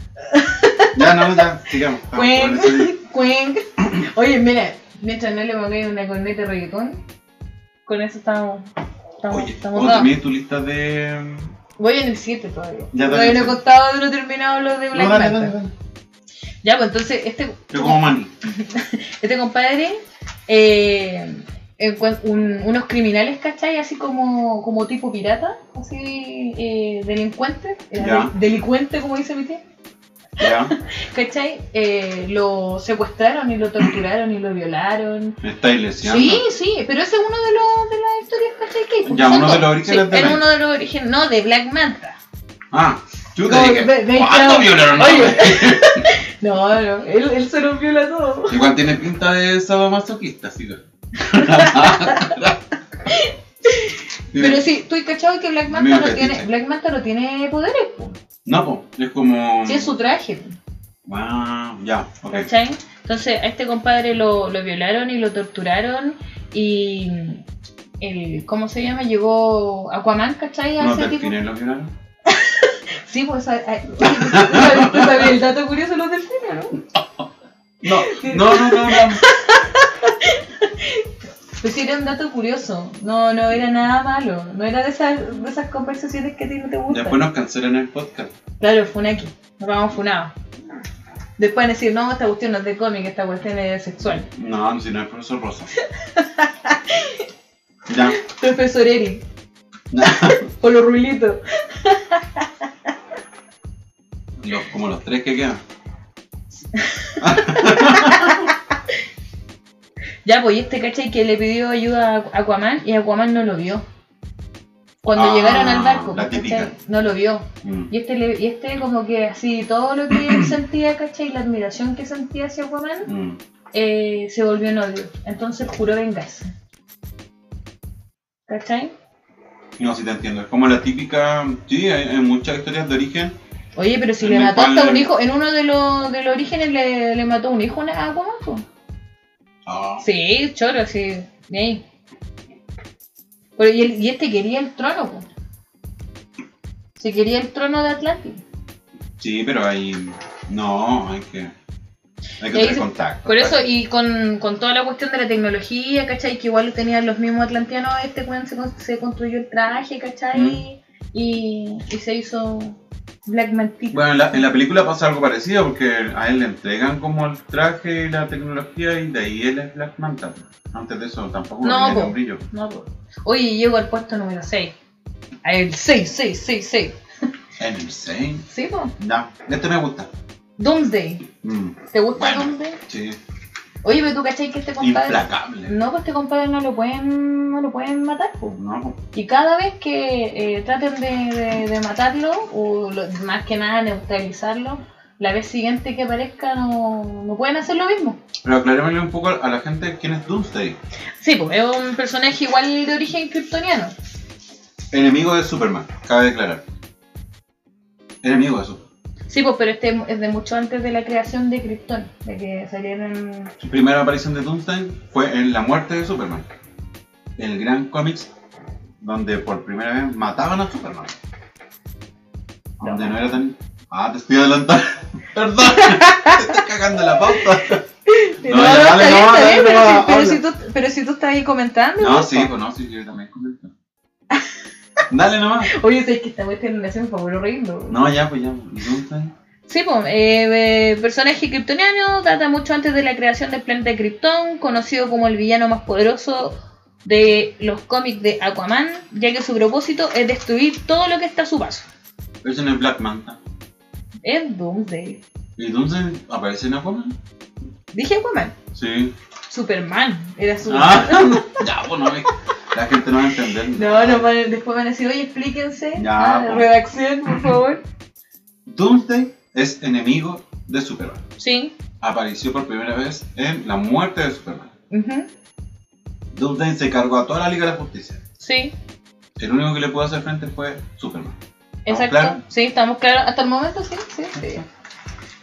Speaker 1: ya, no, ya, sigamos. Estamos
Speaker 2: Cuen,
Speaker 1: con eso.
Speaker 2: cuen. Oye, mira, mientras no le pongáis una corneta de reggaetón, con eso estamos. Estamos,
Speaker 1: Oye,
Speaker 2: estamos
Speaker 1: o
Speaker 2: dados.
Speaker 1: también tu lista de. mm,
Speaker 2: Voy en el 7 todavía.
Speaker 1: Ya,
Speaker 2: todavía
Speaker 1: dale,
Speaker 2: no he
Speaker 1: sí.
Speaker 2: contado, no he terminado lo de Black
Speaker 1: No, dale,
Speaker 2: Panther.
Speaker 1: dale, dale.
Speaker 2: Ya, pues entonces este,
Speaker 1: Yo como Manny.
Speaker 2: este compadre, eh, encuent- un- unos criminales, ¿cachai? Así como, como tipo pirata, así eh, delincuentes, eh,
Speaker 1: Ya.
Speaker 2: del- delincuente como dice mi tía,
Speaker 1: Ya.
Speaker 2: ¿cachai? Eh, lo secuestraron y lo torturaron y lo violaron.
Speaker 1: Me estáis lesionando.
Speaker 2: Sí, sí, pero ese es uno de los de las historias, ¿cachai? Que hay,
Speaker 1: Ya,
Speaker 2: son
Speaker 1: uno de
Speaker 2: dos.
Speaker 1: los orígenes
Speaker 2: Sí,
Speaker 1: de
Speaker 2: era
Speaker 1: Black.
Speaker 2: uno de los orígenes, no, de Black Manta.
Speaker 1: Ah, chuta,
Speaker 2: No,
Speaker 1: dije,
Speaker 2: ve- ve-
Speaker 1: ¿cuánto
Speaker 2: claro.
Speaker 1: violaron a
Speaker 2: Oye. No, no, él, él se los viola todo.
Speaker 1: Igual tiene pinta de sadomasoquista, sí. ¿no?
Speaker 2: Pero sí, tú has cachado que Black Manta
Speaker 1: Medio
Speaker 2: no tiene,
Speaker 1: fetiche.
Speaker 2: Black Manta no tiene poderes, po.
Speaker 1: No, po, es como.
Speaker 2: sí es su traje,
Speaker 1: Ah, ya, ok.
Speaker 2: ¿cachai? Entonces a este compadre lo, lo violaron y lo torturaron y el, ¿cómo se llama? Llegó Aquaman, ¿cachai? A
Speaker 1: ¿No
Speaker 2: ese tipo.
Speaker 1: delfines lo violaron?
Speaker 2: Sí, pues a- a- tú sabes- tú sabes el dato curioso de los delfines, ¿no?
Speaker 1: No, no, no, no. no.
Speaker 2: Pues sí, era un dato curioso, no, no era nada malo, no era de esas, de esas conversaciones que a ti no te gustan.
Speaker 1: Después nos cancelan el podcast.
Speaker 2: Claro, funaki. Nos vamos funados. Después van a decir, no, esta cuestión no es de cómic, esta cuestión es sexual.
Speaker 1: No, si no es profesor Rosa. Ya.
Speaker 2: Profesor Eri, o los rulitos.
Speaker 1: Los, como los tres que quedan.
Speaker 2: Ya, pues, y este cachai que le pidió ayuda a Aquaman y Aquaman no lo vio. Cuando
Speaker 1: Ah,
Speaker 2: llegaron al barco,
Speaker 1: la típica.
Speaker 2: ¿cachai? no lo vio.
Speaker 1: Mm.
Speaker 2: Y este, le- y este como que así, todo lo que él sentía, ¿cachai? La admiración que sentía hacia Aquaman,
Speaker 1: Mm.
Speaker 2: eh, se volvió en odio. Entonces juró vengarse. ¿Cachai?
Speaker 1: No, si te entiendo. Es como la típica. Sí, hay, hay muchas historias de origen.
Speaker 2: Oye, pero si
Speaker 1: En
Speaker 2: le
Speaker 1: el
Speaker 2: mató
Speaker 1: cual-
Speaker 2: hasta un hijo, en uno de los, de los orígenes le, le mató un hijo a una- a Aquaman. po.
Speaker 1: Ah,
Speaker 2: Sí, choro, sí. de ahí. Pero y, el- y este quería el trono, po. Se quería el trono de Atlantis.
Speaker 1: sí, pero hay. No, hay que. Hay que
Speaker 2: Y ahí
Speaker 1: tener
Speaker 2: se-
Speaker 1: contacto.
Speaker 2: Por eso, y con, con toda la cuestión de la tecnología, ¿cachai? Que igual tenían los mismos atlantianos, este weón se, con- se construyó el traje, ¿cachai?
Speaker 1: Mm.
Speaker 2: Y, y se hizo Black Mantilla.
Speaker 1: Bueno, en la, en la película pasa algo parecido porque a él le entregan como el traje y la tecnología y de ahí él es Black Manta. Antes de eso tampoco
Speaker 2: No,
Speaker 1: tenía
Speaker 2: po.
Speaker 1: un brillo.
Speaker 2: No, po. Oye, llego al puesto número 6. El 6, 6, 6, 6.
Speaker 1: En el 6.
Speaker 2: Sí, po.
Speaker 1: Ya, este me gusta.
Speaker 2: Doomsday.
Speaker 1: Mm,
Speaker 2: ¿Te gusta
Speaker 1: Bueno.
Speaker 2: Doomsday?
Speaker 1: sí,
Speaker 2: Oye, pero tú cachai que este compadre.
Speaker 1: implacable.
Speaker 2: No, pues este compadre no lo pueden, no lo pueden matar. po.
Speaker 1: No, po.
Speaker 2: Y cada vez que eh, traten de, de- de matarlo, o lo- más que nada neutralizarlo, la vez siguiente que aparezca no, no pueden hacer lo mismo.
Speaker 1: pero aclarémosle un poco a la gente quién es Doomsday.
Speaker 2: Sí, pues es un personaje igual de origen kryptoniano.
Speaker 1: Enemigo de Superman, cabe declarar. Enemigo de Superman.
Speaker 2: Sí, pues, pero este es de mucho antes de la creación de Krypton, de que salieron
Speaker 1: Su primera aparición de Doomsday fue en La muerte de Superman. El gran cómics donde por primera vez mataban a Superman. Donde no era tan... Ah, te estoy adelantando. Perdón. te estás cagando la pauta. No, ya,
Speaker 2: No, no,
Speaker 1: dale,
Speaker 2: está bien,
Speaker 1: no,
Speaker 2: está
Speaker 1: dale,
Speaker 2: bien, pero
Speaker 1: no,
Speaker 2: si-
Speaker 1: habla.
Speaker 2: pero si tú, pero si tú estás ahí comentando.
Speaker 1: No,
Speaker 2: pues,
Speaker 1: sí, pues no, sí, yo también comento. Dale nomás.
Speaker 2: Oye, ¿sabes que esta cuestión me hace un favor rindo.
Speaker 1: No, ya, pues ya. Doomsday.
Speaker 2: Sí, pues, eh, eh, personaje kryptoniano, data mucho antes de la creación del planeta Krypton, conocido como el villano más poderoso de los cómics de Aquaman, ya que su propósito es destruir todo lo que está a su paso.
Speaker 1: Ese no es Black Manta.
Speaker 2: Es Doomsday.
Speaker 1: ¿Y Doomsday aparece en Aquaman?
Speaker 2: Dije Aquaman.
Speaker 1: Sí.
Speaker 2: Superman. Era Superman.
Speaker 1: Ah, ya, pues no me... La gente no va a entender.
Speaker 2: No, no, van- después van a decir, oye, explíquense.
Speaker 1: Ya,
Speaker 2: Ah,
Speaker 1: pues.
Speaker 2: redacción, por favor.
Speaker 1: Doomsday es enemigo de Superman.
Speaker 2: Sí.
Speaker 1: Apareció por primera vez en La muerte de Superman.
Speaker 2: ujú,
Speaker 1: Doomsday se cargó a toda la Liga de la Justicia.
Speaker 2: Sí.
Speaker 1: El único que le pudo hacer frente fue Superman.
Speaker 2: Exacto,
Speaker 1: claros?
Speaker 2: sí, estamos claros. Hasta el momento, sí, sí, sí.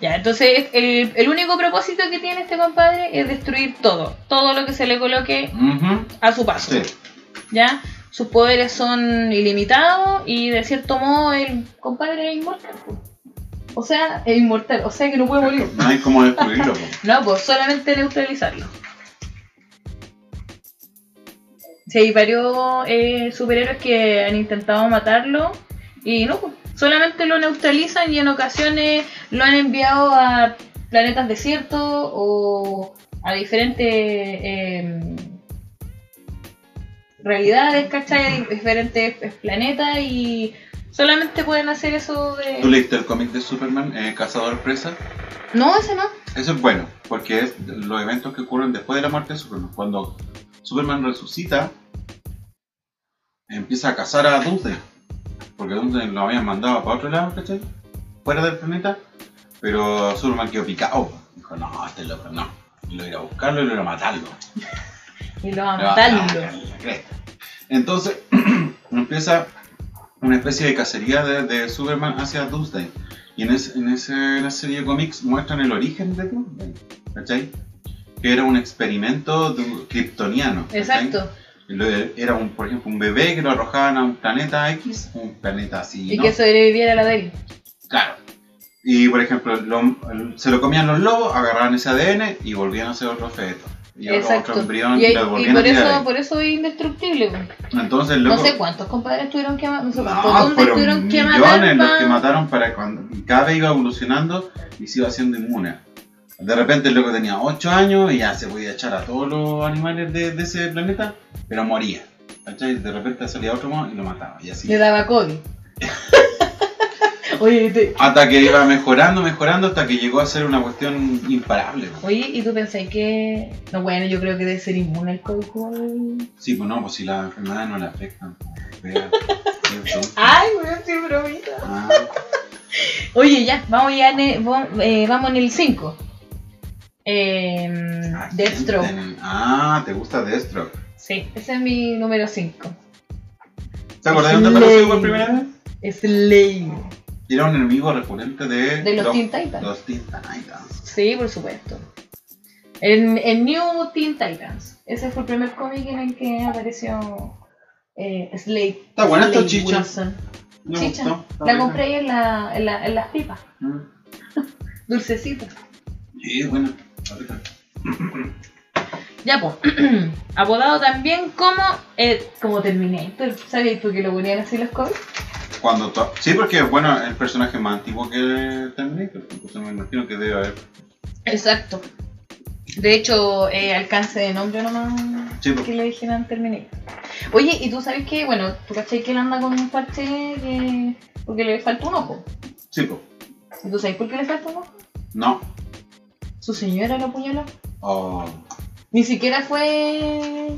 Speaker 2: Ya, entonces el, el único propósito que tiene este compadre es destruir todo, todo lo que se le coloque
Speaker 1: Ujú,
Speaker 2: a su paso.
Speaker 1: Sí.
Speaker 2: ¿Ya? Sus poderes son ilimitados y de cierto modo el compadre es inmortal. po. O sea, es inmortal, o sea que no puede morir.
Speaker 1: No hay como descubrirlo. po.
Speaker 2: No, pues solamente neutralizarlo. Sí, hay varios eh, superhéroes que han intentado matarlo y no, pues, solamente lo neutralizan y en ocasiones lo han enviado a planetas desiertos o a diferentes eh, realidades, ¿cachai? A diferentes pues, planetas y solamente pueden hacer eso
Speaker 1: ¿Tú
Speaker 2: de...
Speaker 1: leíste el cómic de Superman, eh, Cazador Presa?
Speaker 2: No, ese no.
Speaker 1: Eso es bueno, porque es de los eventos que ocurren después de la muerte de Superman. Cuando Superman resucita, empieza a cazar a Doomsday. Porque Doomsday lo habían mandado para otro lado, ¿cachai? Fuera del planeta. Pero Superman quedó picado. Dijo, no, este loco no. Y lo irá a buscarlo y lo irá a matarlo.
Speaker 2: Y lo va a
Speaker 1: Le va a
Speaker 2: matarlo.
Speaker 1: dar la cresta. Entonces, empieza una especie de cacería de, de Superman hacia Doomsday. Y en, es- en ese, en esa serie de cómics muestran el origen de Doomsday, ¿cachai? Que era un experimento de un kryptoniano. ¿cachai?
Speaker 2: Exacto.
Speaker 1: Lo- Era, un, por ejemplo, un bebé que lo arrojaban a un planeta X, un planeta así,
Speaker 2: Y
Speaker 1: ¿no?
Speaker 2: que sobreviviera la de él.
Speaker 1: Claro. Y, por ejemplo, lo- se lo comían los lobos, agarraban ese ADN y volvían a ser otro feto. Y otro-
Speaker 2: Exacto.
Speaker 1: otro embrión
Speaker 2: y,
Speaker 1: y,
Speaker 2: hay-
Speaker 1: lo
Speaker 2: y
Speaker 1: volvían a
Speaker 2: por,
Speaker 1: tirar
Speaker 2: eso,
Speaker 1: ahí.
Speaker 2: por eso es indestructible. güey.
Speaker 1: Entonces,
Speaker 2: No
Speaker 1: luego...
Speaker 2: sé cuántos compadres tuvieron que matar. No sé cuántos
Speaker 1: No,
Speaker 2: hombres
Speaker 1: fueron
Speaker 2: tuvieron que
Speaker 1: millones
Speaker 2: matar.
Speaker 1: los
Speaker 2: pa-
Speaker 1: que mataron para cuando y cada vez iba evolucionando y se iba haciendo inmune. De repente el loco tenía 8 años y ya se podía echar a todos los animales de, de ese planeta, pero moría. ¿Cachai? De repente salía otro mono y lo mataba. Y así.
Speaker 2: Le daba COVID. oye, y te-
Speaker 1: Hasta que iba mejorando, mejorando, hasta que llegó a ser una cuestión imparable. po.
Speaker 2: oye, ¿y tú pensáis que.? No, bueno, yo creo que debe ser inmune al COVID. güey.
Speaker 1: Sí, pues no, pues si las enfermedades no le afectan. po, fea. ¿Cierto?
Speaker 2: Ay, weón, qué bromita.
Speaker 1: Ah,
Speaker 2: Oye, ya, vamos ya en el, vo- eh, vamos en el 5.
Speaker 1: ah,
Speaker 2: Deathstroke.
Speaker 1: gente. Ah, te gusta Deathstroke.
Speaker 2: Sí, ese es mi número 5.
Speaker 1: ¿Te acordás de dónde
Speaker 2: Slade.
Speaker 1: apareció por primera vez?
Speaker 2: Es Ley.
Speaker 1: Era un enemigo recurrente de,
Speaker 2: De los Teen Titans.
Speaker 1: los ah. Teen Titans.
Speaker 2: Sí, por supuesto. En, en New Teen Titans. Ese fue el primer cómic en el que apareció eh, Slade.
Speaker 1: Está buena esta
Speaker 2: Slade
Speaker 1: chicha.
Speaker 2: Wilson.
Speaker 1: Me
Speaker 2: Chicha.
Speaker 1: gustó. está
Speaker 2: La
Speaker 1: rica.
Speaker 2: compré ahí en, la, en, la- en las pipas.
Speaker 1: Mm.
Speaker 2: Dulcecito.
Speaker 1: Sí, buena. está rica.
Speaker 2: Ya, pues. Apodado también como, eh, como Terminator. ¿Sabes tú que lo ponían así los cómics?
Speaker 1: Cuando to- sí, porque bueno, el personaje más antiguo que Terminator, entonces me imagino que debe haber.
Speaker 2: Exacto. De hecho, eh, alcance de nombre nomás.
Speaker 1: Sí, porque
Speaker 2: que le dijeran Terminator. Oye, y tú sabes que, bueno, tú cachai que él anda con un parche que... porque le falta un ojo.
Speaker 1: sí, po.
Speaker 2: ¿Y tú sabes por qué le falta un ojo?
Speaker 1: No.
Speaker 2: Su señora lo apuñaló.
Speaker 1: Oh,
Speaker 2: Ni siquiera fue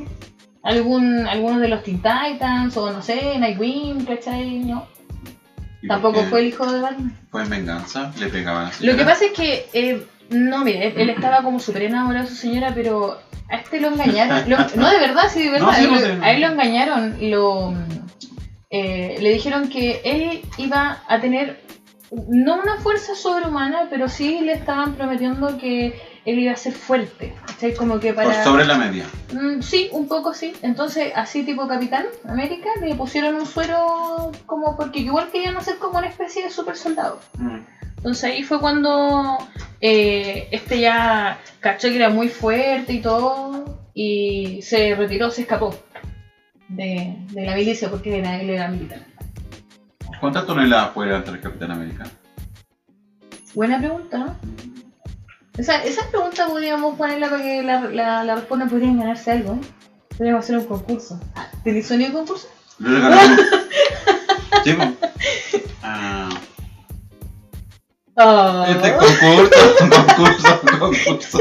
Speaker 2: algún alguno de los Teen Titans o no sé, Nightwing, ¿cachai? No.
Speaker 1: ¿y
Speaker 2: Tampoco
Speaker 1: por qué?
Speaker 2: fue el hijo de Batman.
Speaker 1: Fue en venganza, le pegaban así.
Speaker 2: Lo que pasa es que, eh, no, mira, él, él estaba como súper enamorado de su señora, pero a este lo engañaron. Lo- no, de verdad, sí, de verdad.
Speaker 1: No, sí,
Speaker 2: a él
Speaker 1: no
Speaker 2: lo-
Speaker 1: sé.
Speaker 2: a él lo engañaron. Lo, eh, le dijeron que él iba a tener, no una fuerza sobrehumana, pero sí le estaban prometiendo que él iba a ser fuerte. ¿cachai? Como que
Speaker 1: Por
Speaker 2: para...
Speaker 1: Pues, sobre la media.
Speaker 2: Mm, sí, un poco sí. Entonces, así tipo Capitán América, le pusieron un suero como porque igual querían hacer como una especie de super soldado.
Speaker 1: Mm.
Speaker 2: Entonces ahí fue cuando eh, este ya cachó que era muy fuerte y todo, y se retiró, se escapó de, de la milicia porque él era, él era militar.
Speaker 1: ¿Cuántas toneladas puede levantar el Capitán América?
Speaker 2: Buena pregunta, ¿no? Esa, esa pregunta podríamos ponerla para que la, la, la responda, podrían ganarse algo. ¿eh? Podríamos hacer un concurso. ¿Te sonido el concurso?
Speaker 1: Lo regalamos. sí, po. Ah.
Speaker 2: Ah,
Speaker 1: Este concurso, concurso, concurso.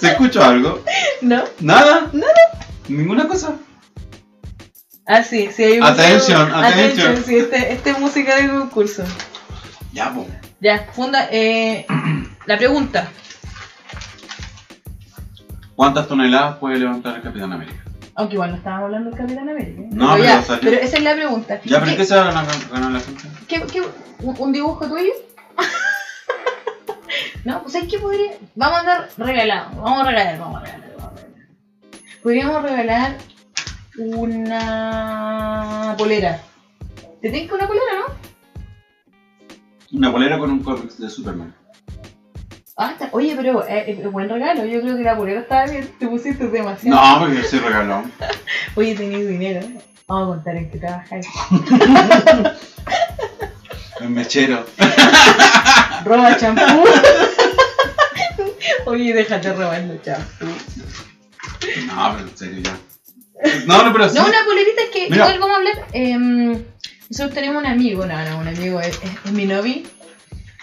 Speaker 1: ¿Se escuchó algo?
Speaker 2: ¿No?
Speaker 1: ¿Nada? ¿Nada? ¿Ninguna cosa?
Speaker 2: Ah, sí, sí, hay un
Speaker 1: Atención,
Speaker 2: Atención,
Speaker 1: atención.
Speaker 2: sí, este, este es música del concurso.
Speaker 1: Ya, pues.
Speaker 2: Ya, funda, eh, la pregunta.
Speaker 1: ¿Cuántas toneladas puede levantar el Capitán América?
Speaker 2: Aunque igual no estábamos hablando del Capitán América. ¿eh?
Speaker 1: No,
Speaker 2: pero,
Speaker 1: pero
Speaker 2: ya,
Speaker 1: salió.
Speaker 2: pero esa es la pregunta.
Speaker 1: Ya, pero
Speaker 2: ¿Qué-
Speaker 1: ¿qué se va a ganar- ganar la gente?
Speaker 2: qué- qué- un, un dibujo tuyo? no, pues es que podría. Vamos a andar regalando, vamos a regalar, vamos a regalar, vamos a regalar. Podríamos regalar una polera. ¿Te tengo una polera, no?
Speaker 1: Una polera con un cómic de Superman.
Speaker 2: Ah, está- Oye, pero eh, eh, buen regalo. Yo creo que la polera estaba bien. Te pusiste demasiado.
Speaker 1: No, pues, porque se regaló.
Speaker 2: Oye, tenéis dinero. ¿eh? Vamos a contar en qué trabajáis.
Speaker 1: El mechero.
Speaker 2: Roba champú. Oye, déjate robando champú.
Speaker 1: No, pero en serio, ya. No, no, pero sí.
Speaker 2: No, una polerita es que
Speaker 1: Mira.
Speaker 2: igual vamos a hablar. em, nosotros tenemos un amigo, no, no, un amigo, es, es- es mi novi.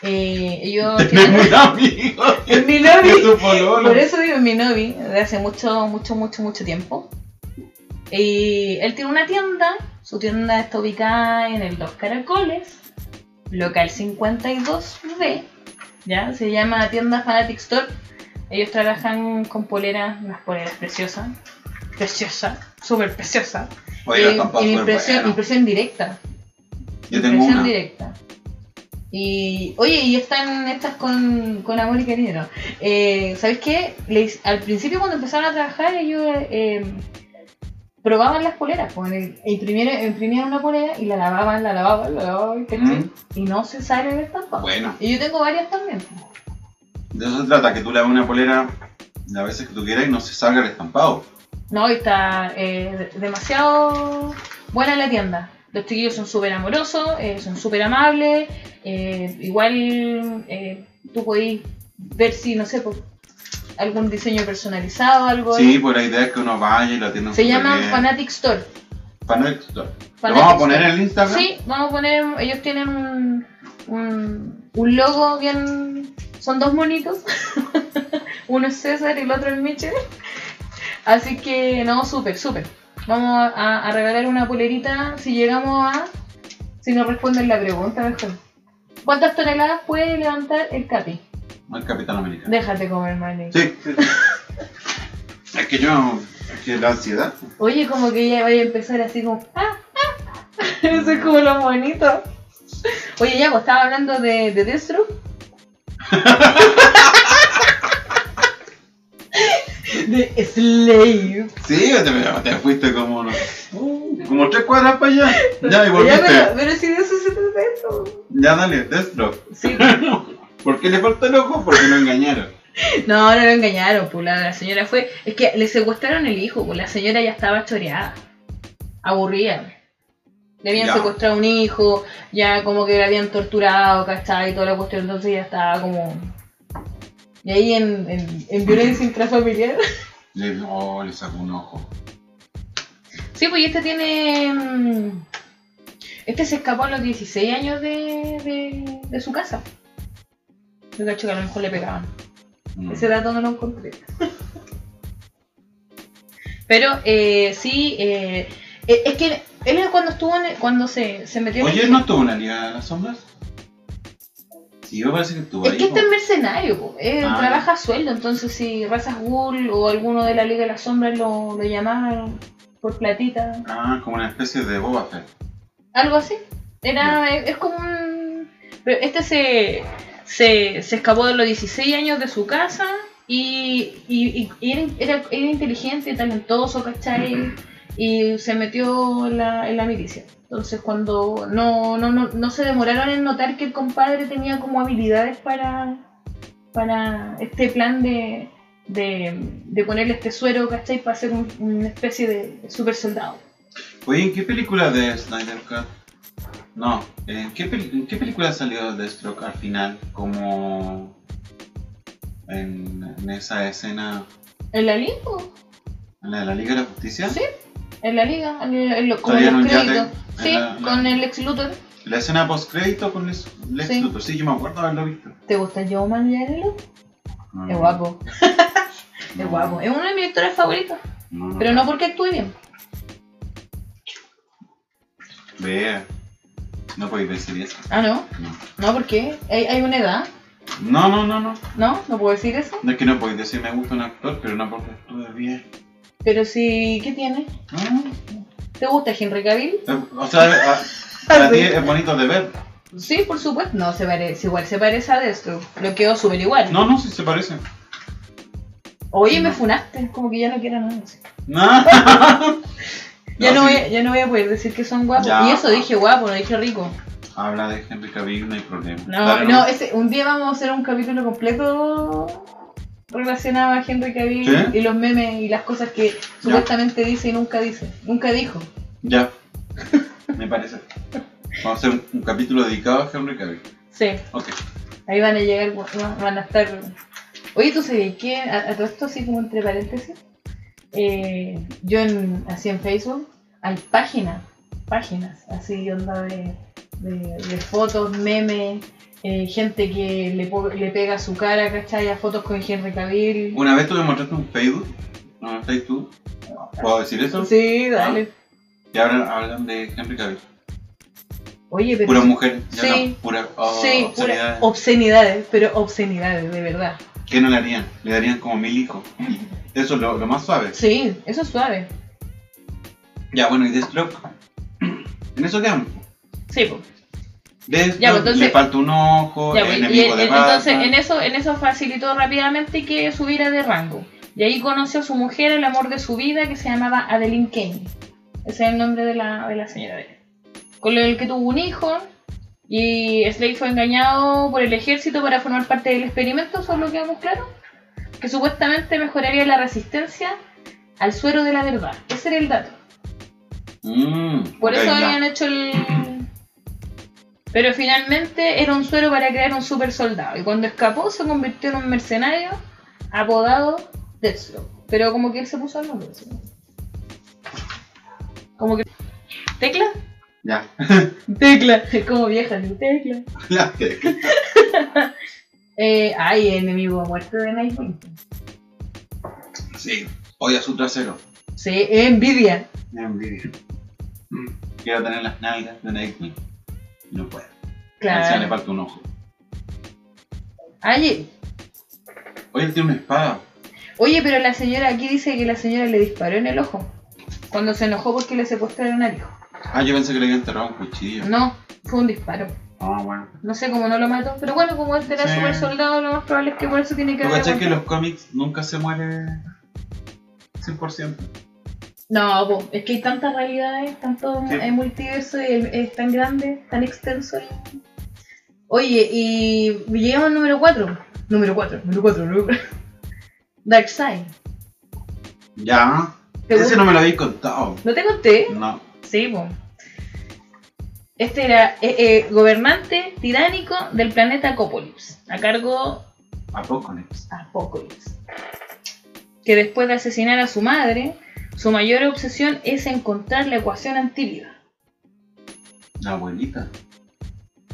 Speaker 2: Eh, yo
Speaker 1: Tenemos un amigo
Speaker 2: es mi
Speaker 1: que es
Speaker 2: novi.
Speaker 1: tu pololo.
Speaker 2: Por eso digo es mi novi, de hace mucho, mucho, mucho, mucho tiempo. Y él tiene una tienda, su tienda está ubicada en el Los Caracoles, local 52B, ¿ya? Se llama Tienda Fanatic Store. Ellos trabajan con poleras, unas poleras preciosas, preciosas, súper preciosas.
Speaker 1: Oye,
Speaker 2: y,
Speaker 1: los tampones
Speaker 2: y
Speaker 1: fueron
Speaker 2: impresión,
Speaker 1: buenos.
Speaker 2: impresión directa.
Speaker 1: Yo tengo
Speaker 2: impresión
Speaker 1: una.
Speaker 2: directa. Y, oye, y están estas con, con amor y cariño, ¿no? Eh, ¿Sabes qué? Les- al principio cuando empezaron a trabajar ellos eh, probaban las poleras, pues, el- imprimieron, imprimieron una polera y la lavaban, la lavaban, la lavaban, ¿cachai?
Speaker 1: Mm.
Speaker 2: Y no se sale del estampado.
Speaker 1: Bueno,
Speaker 2: Y yo tengo varias también. pues.
Speaker 1: de eso se trata, que tú le hagas una polera las veces que tú quieras y no se salga el estampado.
Speaker 2: No, y está eh, demasiado buena la tienda. Los chiquillos son súper amorosos, eh, son súper amables. eh, igual eh, tú podés ver si, no sé, pues, algún diseño personalizado, algo.
Speaker 1: Sí, pues la idea es que uno vaya y la tienda
Speaker 2: Se llama Fanatic Store.
Speaker 1: ¿Lo
Speaker 2: Fanatic
Speaker 1: vamos a
Speaker 2: Store.
Speaker 1: poner en el Instagram?
Speaker 2: Sí, vamos a poner, ellos tienen un, un, un logo bien, son dos monitos, uno es César y el otro es Michel, así que no, súper, súper. Vamos a, a regalar una polerita si llegamos a, si nos responden la pregunta mejor. ¿Cuántas toneladas puede levantar el capi?
Speaker 1: No el Capitán América.
Speaker 2: Déjate comer, maní.
Speaker 1: Sí, sí, sí. Es que yo. Es que la ansiedad.
Speaker 2: Oye, como que ya vaya a empezar así como. ¡Ah! ah". Eso es como lo bonito. Oye, ya, pues estaba hablando de, de Deathstroke. de Slave.
Speaker 1: Sí, te, te fuiste como. Como tres cuadras para allá. Ya, y
Speaker 2: Ya, pero,
Speaker 1: volviste.
Speaker 2: pero si de eso se trata esto.
Speaker 1: Ya, dale, Deathstroke.
Speaker 2: Sí.
Speaker 1: ¿Por qué le falta el ojo? Porque lo engañaron.
Speaker 2: No, no lo engañaron, pues la, la señora fue. Es que le secuestraron el hijo, pues la señora ya estaba choreada. Aburrida. Le habían
Speaker 1: Ya.
Speaker 2: secuestrado un hijo, ya como que la habían torturado, ¿cachai? Y toda la cuestión, entonces ya estaba como. Y ahí en, en, en violencia intrafamiliar.
Speaker 1: Le, oh, le sacó un ojo.
Speaker 2: Sí, pues y este tiene. mm, Este se escapó a los 16 años de, de, de su casa. Yo cacho que a lo mejor le pegaban.
Speaker 1: Mm.
Speaker 2: Ese dato no lo encontré. Pero eh, sí, eh, eh, es que él cuando estuvo en el- cuando se, se metió en
Speaker 1: Oye,
Speaker 2: el-
Speaker 1: ¿no estuvo una Liga de las Sombras? Sí, me parece que estuvo
Speaker 2: Es
Speaker 1: ahí.
Speaker 2: que este
Speaker 1: po.
Speaker 2: es mercenario, po. Él
Speaker 1: Ah.
Speaker 2: trabaja a sueldo, entonces si Razas Ghoul o alguno de la Liga de las Sombras lo, lo llamaban por platita,
Speaker 1: Ah, como una especie de Boba Fett.
Speaker 2: algo así. Era, es, es como un... Pero este se, se, se escapó de los 16 años de su casa y, y- y- y era, era, era inteligente, talentoso, ¿cachai? Y se metió en la, en la milicia. Entonces cuando no, no, no, no se demoraron en notar que el compadre tenía como habilidades para, para este plan de, de, de ponerle este suero, ¿cachai? Para ser un- una especie de super soldado.
Speaker 1: Oye, ¿en qué película de Snyder Cut? No, ¿en qué, peli- en qué película salió Deathstroke al final? Como en, en esa escena,
Speaker 2: ¿En la liga?
Speaker 1: en la de la Liga de la Justicia.
Speaker 2: Sí. En la liga, en el- en lo- como
Speaker 1: Todavía
Speaker 2: en los
Speaker 1: no, ya te-
Speaker 2: créditos.
Speaker 1: ¿Ah, en
Speaker 2: Sí,
Speaker 1: la- la-
Speaker 2: con el ex Luthor.
Speaker 1: La escena post crédito con Lex Lex
Speaker 2: Sí.
Speaker 1: Luthor. Sí, yo me acuerdo haberlo visto.
Speaker 2: ¿Te gusta Joe Manganiello?
Speaker 1: No,
Speaker 2: Es guapo,
Speaker 1: Mm. no, Mm.
Speaker 2: es guapo. Es uno de mis directores favoritos.
Speaker 1: no, no.
Speaker 2: Pero no porque actúe bien.
Speaker 1: Vea. No podéis decir eso.
Speaker 2: Ah, no.
Speaker 1: No.
Speaker 2: No, ¿por qué? ¿Hay, hay una edad?
Speaker 1: No, no, no, no.
Speaker 2: ¿No? ¿No puedo decir eso?
Speaker 1: No es que no podéis decir me gusta un actor, pero no porque actúe bien.
Speaker 2: Pero sí, ¿qué tiene?
Speaker 1: Ah,
Speaker 2: ¿Te gusta Henry Cavill?
Speaker 1: O sea, a- para ti es bonito de ver.
Speaker 2: Sí, por supuesto. No, se parece, igual se parece a Deathstroke. Lo quedó súper igual.
Speaker 1: No, no, sí se parece.
Speaker 2: Oye, me
Speaker 1: No.
Speaker 2: funaste, como que ya no quiero nada.
Speaker 1: No.
Speaker 2: Ya no,
Speaker 1: sí.
Speaker 2: voy, a- ya no voy a poder decir que son guapos.
Speaker 1: Ya.
Speaker 2: Y eso dije guapo, no dije rico.
Speaker 1: Habla de Henry Cavill, Ah, no hay problema.
Speaker 2: No,
Speaker 1: Dale,
Speaker 2: no, ese- un día vamos a hacer un capítulo completo relacionado a Henry Cavill
Speaker 1: ¿Sí?
Speaker 2: y los memes y las cosas que supuestamente dice y nunca dice. Nunca dijo.
Speaker 1: Ya. Me parece. Vamos a hacer un, un capítulo dedicado a Henry Cavill.
Speaker 2: Sí,
Speaker 1: Ok.
Speaker 2: ahí van a llegar, va- van a estar. Oye, ¿tú sabes que a, a todo esto así como entre paréntesis? eh, yo en, así en Facebook hay páginas, páginas así onda de, de- de fotos, memes, eh, gente que le, po- le pega su cara, ¿cachai? A fotos con Henry Cavill.
Speaker 1: Una vez tú me mostraste un Facebook. ¿No estáis tú? ¿Puedo decir eso?
Speaker 2: Sí, dale.
Speaker 1: Y ahora hablan de Henry Cavill.
Speaker 2: Oye, pero.
Speaker 1: Pura mujer. Ya
Speaker 2: Sí.
Speaker 1: no, pura oh,
Speaker 2: sí,
Speaker 1: obscenidades.
Speaker 2: pura- obscenidades, pero obscenidades, de verdad.
Speaker 1: ¿Qué no le harían? Le darían como mil hijos. Eso es lo, lo más suave.
Speaker 2: Sí, eso es suave.
Speaker 1: Ya, bueno, y Deathstroke. En eso quedamos.
Speaker 2: Sí, pues.
Speaker 1: Deathstroke,
Speaker 2: Ya, pues, entonces-
Speaker 1: le falta un ojo,
Speaker 2: Ya,
Speaker 1: el
Speaker 2: pues, y
Speaker 1: enemigo
Speaker 2: en-
Speaker 1: de
Speaker 2: en- entonces,
Speaker 1: Batman.
Speaker 2: en e- eso, en eso facilitó rápidamente que subiera de rango. Y ahí conoció a su mujer, el amor de su vida, que se llamaba Adeline Kane. Ese es el nombre de la, de la señora. Adeline. Con el que tuvo un hijo. Y Slade fue engañado por el ejército para formar parte del experimento, eso es lo que vemos claro. Que supuestamente mejoraría la resistencia al suero de la verdad. Ese era el dato.
Speaker 1: Mm,
Speaker 2: Por
Speaker 1: ok,
Speaker 2: eso
Speaker 1: ya.
Speaker 2: habían hecho el. Pero finalmente era un suero para crear un super soldado. Y cuando escapó, se convirtió en un mercenario apodado Deathstroke. Pero como que él se puso al nombre. ¿sí? Como que. ¿Tecla?
Speaker 1: Ya.
Speaker 2: Tecla. Es como vieja, ¿sí? tecla.
Speaker 1: La tecla.
Speaker 2: Eh, ay, enemigo a muerte de Nightwing.
Speaker 1: Sí, odia su trasero.
Speaker 2: Sí, es envidia.
Speaker 1: Me da envidia. Mm, Quiero tener las nalgas de Nightwing. No puedo. Encima le
Speaker 2: Claro.
Speaker 1: falta un ojo.
Speaker 2: Ay,
Speaker 1: Oye, él tiene una espada.
Speaker 2: oye, pero la señora aquí dice que la señora le disparó en el ojo. Cuando se enojó porque le secuestraron al hijo.
Speaker 1: Ah, yo pensé que le había enterrado un cuchillo.
Speaker 2: No, fue un disparo.
Speaker 1: Ah, bueno.
Speaker 2: No sé cómo no lo mató, pero bueno, como él era
Speaker 1: Sí.
Speaker 2: super soldado, lo más probable es que por eso tiene que
Speaker 1: ¿Tú
Speaker 2: haber
Speaker 1: cachai que en
Speaker 2: aguantado.
Speaker 1: los cómics nunca se muere 100%?
Speaker 2: No, po, es que hay tantas realidades, tanto
Speaker 1: Sí.
Speaker 2: hay multiverso, y el- es tan grande, tan extenso. y- Oye, y llegamos al número 4. Número 4, número 4, número 4. Darkseid.
Speaker 1: Ya.
Speaker 2: ¿Te
Speaker 1: Ese
Speaker 2: gusta?
Speaker 1: no me lo habéis contado.
Speaker 2: ¿No te conté?
Speaker 1: No.
Speaker 2: Sí, po. Este era eh, eh, gobernante tiránico del planeta Acopolis, a cargo
Speaker 1: Apocalypse.
Speaker 2: Apocalypse, que después de asesinar a su madre, su mayor obsesión es encontrar la ecuación antivida.
Speaker 1: La abuelita.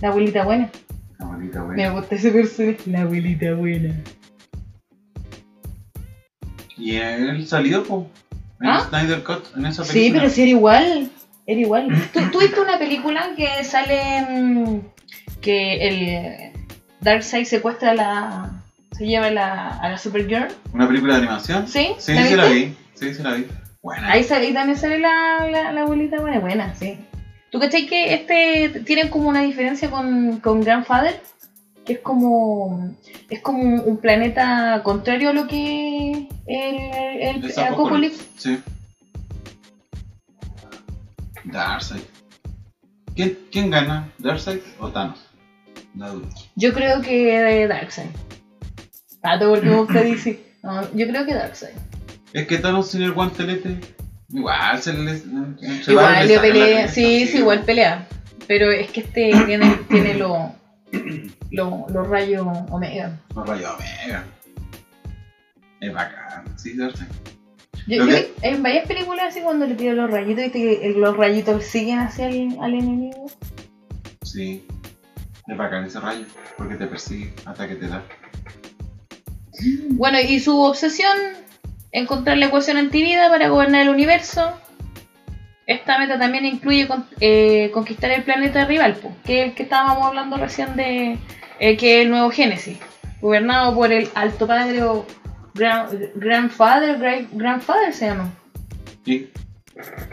Speaker 2: La abuelita buena.
Speaker 1: La abuelita, güey.
Speaker 2: Me gusta ese personaje. La abuelita buena.
Speaker 1: Y él salió, po. En
Speaker 2: ¿Ah?
Speaker 1: Snyder Cut, en esa
Speaker 2: Sí,
Speaker 1: película.
Speaker 2: pero si era igual. Era igual. ¿Tú, tú viste una película que sale mm, que el Darkseid secuestra a la... se lleva a la, a la Supergirl?
Speaker 1: ¿Una película de animación?
Speaker 2: ¿Sí?
Speaker 1: Sí,
Speaker 2: ¿La
Speaker 1: sí la
Speaker 2: viste?
Speaker 1: vi. Sí, sí la vi. Bueno.
Speaker 2: Ahí, sale, ahí también sale la, la, la abuelita buena, buena, sí. ¿Tú cachai que este tienen como una diferencia con, con Grandfather? Que es como es como un, un planeta contrario a lo que es el, el
Speaker 1: Es
Speaker 2: Acopolis.
Speaker 1: Sí. Darkseid. ¿Quién, quién gana? ¿Darkseid o Thanos? La duda.
Speaker 2: Yo creo que de Darkseid. Ah, Pato, porque me gusta DC. No, yo creo que Darkseid.
Speaker 1: Es que Thanos sin el guantelete. Igual se le. se va y
Speaker 2: Igual le
Speaker 1: saca la
Speaker 2: pelea,
Speaker 1: cresta,
Speaker 2: sí, sí, igual pelea. Pero es que este tiene, tiene lo- lo- los rayos omega.
Speaker 1: No rayo Omega. Es bacán, sí, Darkseid.
Speaker 2: Yo,
Speaker 1: Lo
Speaker 2: yo
Speaker 1: que-
Speaker 2: vi- en varias películas así cuando le tiran los rayitos, viste que el- los rayitos siguen hacia el al enemigo.
Speaker 1: Sí. Es bacán ese rayo. Porque te persigue hasta que te da.
Speaker 2: Bueno, y su obsesión, encontrar la ecuación antivida para gobernar el universo. Esta meta también incluye con- eh, conquistar el planeta rival, po, que es el que estábamos hablando recién de eh, que es el nuevo Génesis, gobernado por el Alto Padre o gran- Grandfather, Great Grandfather se llama.
Speaker 1: ¿Y?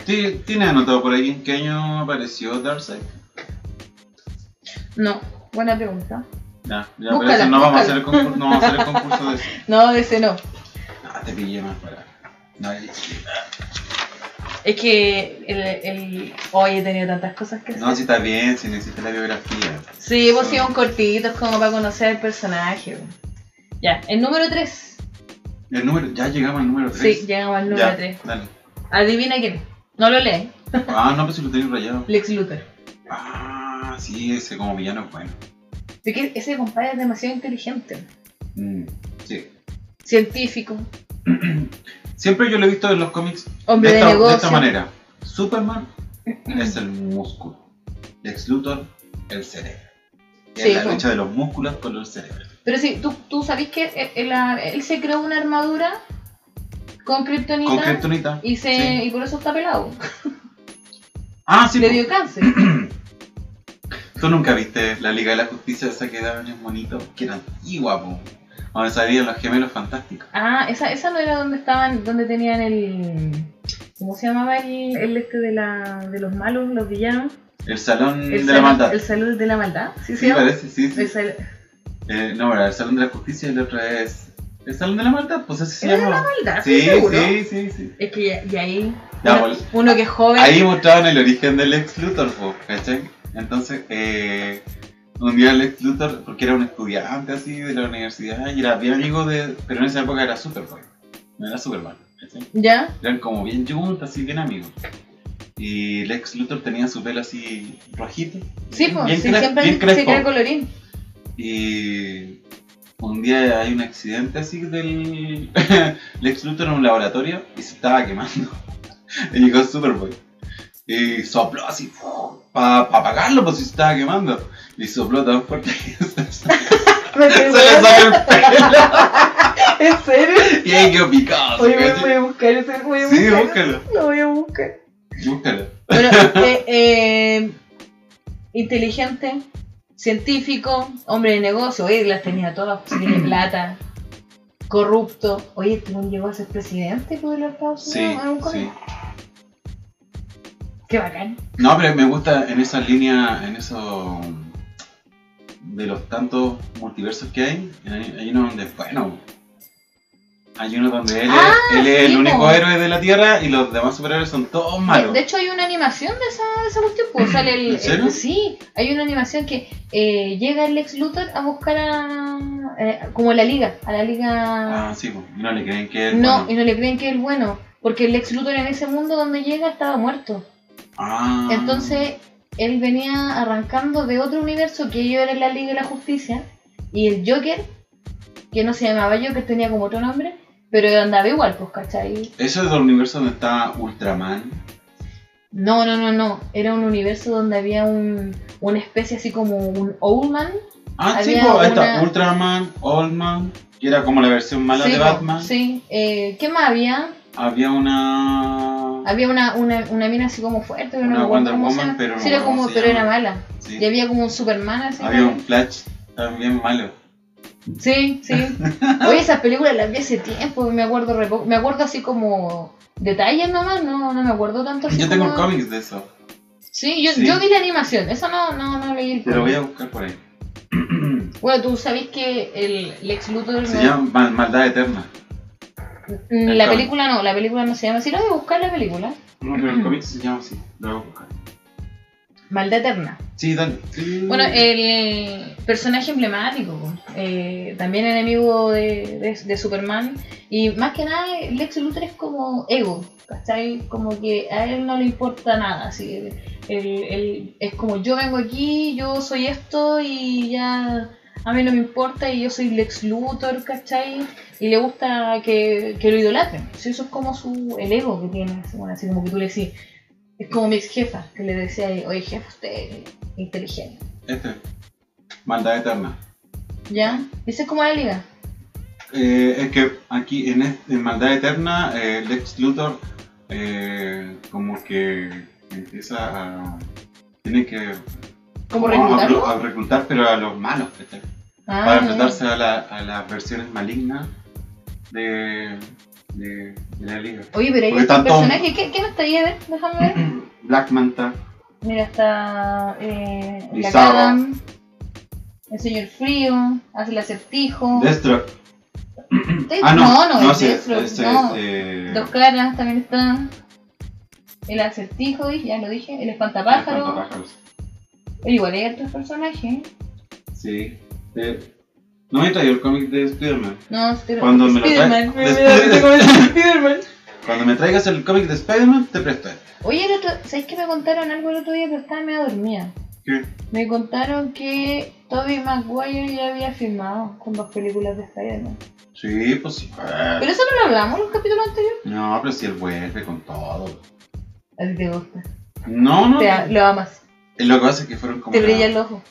Speaker 1: ¿Ti- ¿Tienes anotado por ahí en qué año apareció Darkseid?
Speaker 2: No, buena pregunta.
Speaker 1: Ya, ya,
Speaker 2: Búscala,
Speaker 1: pero eso no vamos, a hacer
Speaker 2: búscala.
Speaker 1: el concurso, no vamos a hacer el concurso de eso.
Speaker 2: No, de ese no.
Speaker 1: Ah, te pillé más para. No, eh, ya-
Speaker 2: Es que el, el... hoy he tenido tantas cosas que hacer.
Speaker 1: no, si está bien, si necesitas la biografía.
Speaker 2: Sí, pues sí, un cortito, es como para conocer el personaje. weón. Ya, el número 3.
Speaker 1: El número, ya llegamos al número 3.
Speaker 2: Sí, llegamos al número 3.
Speaker 1: Dale.
Speaker 2: Adivina quién. es. No lo lees.
Speaker 1: Ah, no, pues si lo tenéis rayado.
Speaker 2: Lex Luthor.
Speaker 1: Ah, sí, ese como villano es bueno.
Speaker 2: De que ese compadre es demasiado inteligente.
Speaker 1: Mm, sí.
Speaker 2: Científico.
Speaker 1: Siempre yo lo he visto en los cómics
Speaker 2: Hombre
Speaker 1: de,
Speaker 2: de,
Speaker 1: esta, de
Speaker 2: negocio.
Speaker 1: esta manera. Superman es el músculo. Lex Luthor, el cerebro. Es
Speaker 2: Sí,
Speaker 1: la
Speaker 2: pues.
Speaker 1: lucha de los músculos con el cerebro.
Speaker 2: Pero sí, tú, tú sabés que él, él- la- él se creó una armadura
Speaker 1: Con
Speaker 2: con kriptonita
Speaker 1: Kryptonita.
Speaker 2: y, se,
Speaker 1: sí.
Speaker 2: y por eso está pelado.
Speaker 1: Ah, sí.
Speaker 2: Le
Speaker 1: pues.
Speaker 2: dio cáncer.
Speaker 1: Tú nunca viste la Liga de la Justicia esa que daban los monitos, que era antigua, po. Donde salían los gemelos fantásticos.
Speaker 2: Ah, esa, esa no era donde estaban, donde tenían el. ¿Cómo se llamaba el, el este de, la, de los malos, los villanos?
Speaker 1: El Salón
Speaker 2: El
Speaker 1: Mm, de la
Speaker 2: salud-
Speaker 1: Maldad.
Speaker 2: El salud de la maldad, sí, se
Speaker 1: Sí,
Speaker 2: llama?
Speaker 1: parece, sí, sí.
Speaker 2: El sal-
Speaker 1: Eh, no, era el Salón de la Justicia y el otro es... ¿El Salón de la Maldad? Pues así se
Speaker 2: ¿Era de
Speaker 1: llama.
Speaker 2: maldad, sí,
Speaker 1: Sí,
Speaker 2: seguro.
Speaker 1: sí, sí, sí.
Speaker 2: Es que ya, y ahí.
Speaker 1: Ya,
Speaker 2: uno,
Speaker 1: bol-
Speaker 2: uno que es joven.
Speaker 1: Ahí mostraban el origen del ex Luthor, po, ¿cachai? Entonces, eh, un día el ex Luthor, porque era un estudiante así de la universidad y era bien amigo de. Pero en esa época era Superboy, no era Superman, ¿cachai?
Speaker 2: Ya,
Speaker 1: Eran como bien juntos, así bien amigos. Y el ex Luthor tenía su pelo así rojito.
Speaker 2: sí,
Speaker 1: bien
Speaker 2: pues, sí,
Speaker 1: cre-
Speaker 2: siempre
Speaker 1: bien
Speaker 2: se
Speaker 1: crespo.
Speaker 2: crea colorín.
Speaker 1: Y un día hay un accidente así del Lex Luthor en un laboratorio y se estaba quemando. Y llegó Superboy. Y sopló así para apagarlo, pues si se estaba quemando. Y sopló tan fuerte que se, se
Speaker 2: Me
Speaker 1: le
Speaker 2: quedé-
Speaker 1: salió el pelo.
Speaker 2: ¿En serio?
Speaker 1: Y ahí quedó picado. así,
Speaker 2: Oye, voy,
Speaker 1: ¿cachai?
Speaker 2: voy a buscar ese, voy a
Speaker 1: Sí,
Speaker 2: buscar.
Speaker 1: búscalo,
Speaker 2: Lo voy a buscar.
Speaker 1: búscalo.
Speaker 2: Bueno, eh, eh, inteligente, científico, hombre de negocio, oye, las tenía todas, si tiene plata, corrupto. Oye, este weón llegó a ser presidente po, de los Estados
Speaker 1: Sí,
Speaker 2: Unidos. en un
Speaker 1: sí.
Speaker 2: colegio. Qué bacán.
Speaker 1: No, pero me gusta en esa línea, en eso de los tantos multiversos que hay, hay hay uno donde, bueno, hay uno donde él, es-
Speaker 2: Ah,
Speaker 1: él es
Speaker 2: sí,
Speaker 1: el único
Speaker 2: po.
Speaker 1: héroe de la Tierra y los demás superhéroes son todos
Speaker 2: De,
Speaker 1: malos.
Speaker 2: de hecho, hay una animación de esa, de esa cuestión. pues, sale el,
Speaker 1: ¿En serio?
Speaker 2: el- sí, hay una animación que eh, llega el ex Luthor a buscar a. eh, como la liga, a la liga.
Speaker 1: Ah, sí, po, y no le creen que él.
Speaker 2: no,
Speaker 1: bueno.
Speaker 2: y no le creen que es el bueno. Porque el ex Luthor en ese mundo donde llega estaba muerto.
Speaker 1: Ah.
Speaker 2: Entonces, él venía arrancando de otro universo que yo era la Liga de la Justicia. Y el Joker, que no se llamaba Joker, tenía como otro nombre. Pero andaba igual, pues, ¿cachai?
Speaker 1: Eso es del universo donde está Ultraman.
Speaker 2: No, no, no, no. Era un universo donde había un, una especie así como un old man.
Speaker 1: Ah, sí,
Speaker 2: Había
Speaker 1: po, ahí está
Speaker 2: una-
Speaker 1: Ultraman, Oldman, que era como la versión mala
Speaker 2: Sí,
Speaker 1: de
Speaker 2: po,
Speaker 1: Batman.
Speaker 2: Sí. Eh, ¿Qué más había?
Speaker 1: Había una.
Speaker 2: Había una, una, una mina así como fuerte. pero no
Speaker 1: Una
Speaker 2: me acuerdo
Speaker 1: Wonder
Speaker 2: cómo se
Speaker 1: Woman,
Speaker 2: llama.
Speaker 1: pero no
Speaker 2: Sí, era
Speaker 1: me acuerdo
Speaker 2: como,
Speaker 1: cómo se
Speaker 2: pero era
Speaker 1: llama.
Speaker 2: mala.
Speaker 1: Sí.
Speaker 2: Y había como un Superman así.
Speaker 1: Había
Speaker 2: ¿no?
Speaker 1: un Flash también malo.
Speaker 2: Sí, sí. Oye, esas películas las vi hace tiempo. Me acuerdo, re poco- me acuerdo así como detalles nomás. No, no me acuerdo tanto. así
Speaker 1: Yo tengo
Speaker 2: como-
Speaker 1: un cómics de eso.
Speaker 2: Sí yo,
Speaker 1: Sí.
Speaker 2: yo vi la animación. Eso no, no, no leí el
Speaker 1: Te lo voy
Speaker 2: cómic.
Speaker 1: a buscar por ahí.
Speaker 2: Bueno, tú sabés que el, el ex Luthor.
Speaker 1: Se
Speaker 2: no-
Speaker 1: llama Mal- Maldad Eterna.
Speaker 2: Mm,
Speaker 1: El
Speaker 2: La
Speaker 1: cómic.
Speaker 2: película no, la película no se llama así. Lo voy a buscar la película.
Speaker 1: No, pero el cómic se llama así. Lo voy a buscar.
Speaker 2: Maldad Eterna.
Speaker 1: Sí, dale. Sí.
Speaker 2: Bueno, eh, el personaje emblemático, eh, también enemigo de, de- de Superman. Y más que nada, Lex Luthor es como ego, ¿cachai? Como que a él no le importa nada. Así, él- él es como yo vengo aquí, yo soy esto y ya a mí no me importa y yo soy Lex Luthor, ¿cachai? Y le gusta que, que lo idolatren. Sí, Eso es como su, el ego que tiene, así, bueno, así como que tú le decís. Es como mi ex jefa, que le decía, oye jefa, usted es inteligente.
Speaker 1: Este. Maldad Eterna.
Speaker 2: ¿Ya? Esa es como la liga.
Speaker 1: Eh, es que aquí en, este- en Maldad Eterna, eh, Lex Luthor eh, como que empieza a. Tiene que.
Speaker 2: ¿Como
Speaker 1: a-
Speaker 2: reclutarlo?
Speaker 1: A, reclutar, pero a los malos, ¿cachai?
Speaker 2: Ah,
Speaker 1: Para enfrentarse a, la- a las versiones malignas de, de, de la liga.
Speaker 2: Oye, pero hay
Speaker 1: Porque
Speaker 2: otro
Speaker 1: tanto-
Speaker 2: personaje. ¿Qué, ¿Qué no estaría? A ver, déjame ver.
Speaker 1: Black Manta,
Speaker 2: Mira, está eh, la
Speaker 1: Bizarro.
Speaker 2: Cadam, el señor frío, hace el acertijo.
Speaker 1: Destro.
Speaker 2: Te-
Speaker 1: Ah, no,
Speaker 2: no, no,
Speaker 1: no, sí,
Speaker 2: Deathstroke,
Speaker 1: este
Speaker 2: no.
Speaker 1: es, eh,
Speaker 2: Dos caras también está. El acertijo, y ya lo dije. El espantapájaro.
Speaker 1: espantapájaros.
Speaker 2: Pero igual hay otros personajes.
Speaker 1: Sí. Eh, no me traía el cómic de Spider-Man.
Speaker 2: No, Spider-
Speaker 1: Cuando me lo trae-
Speaker 2: Spiderman.
Speaker 1: de
Speaker 2: Spiderman,
Speaker 1: Spider-
Speaker 2: Spiderman.
Speaker 1: Cuando me traigas el cómic de Spider-Man, te presto este.
Speaker 2: Oye, el otro, ¿sabes que me contaron algo el otro día? Pero estaba medio dormida.
Speaker 1: ¿Qué?
Speaker 2: Me contaron que Tobey Maguire ya había firmado con dos películas de Spider-Man.
Speaker 1: Sí, pues sí. eh.
Speaker 2: Pero eso no lo hablamos en los capítulos anteriores.
Speaker 1: No, pero si él vuelve con todo.
Speaker 2: A ti te gusta.
Speaker 1: No, no.
Speaker 2: Te a- lo amas.
Speaker 1: Lo que pasa es que fueron como.
Speaker 2: Te brilla
Speaker 1: brillan
Speaker 2: el ojo.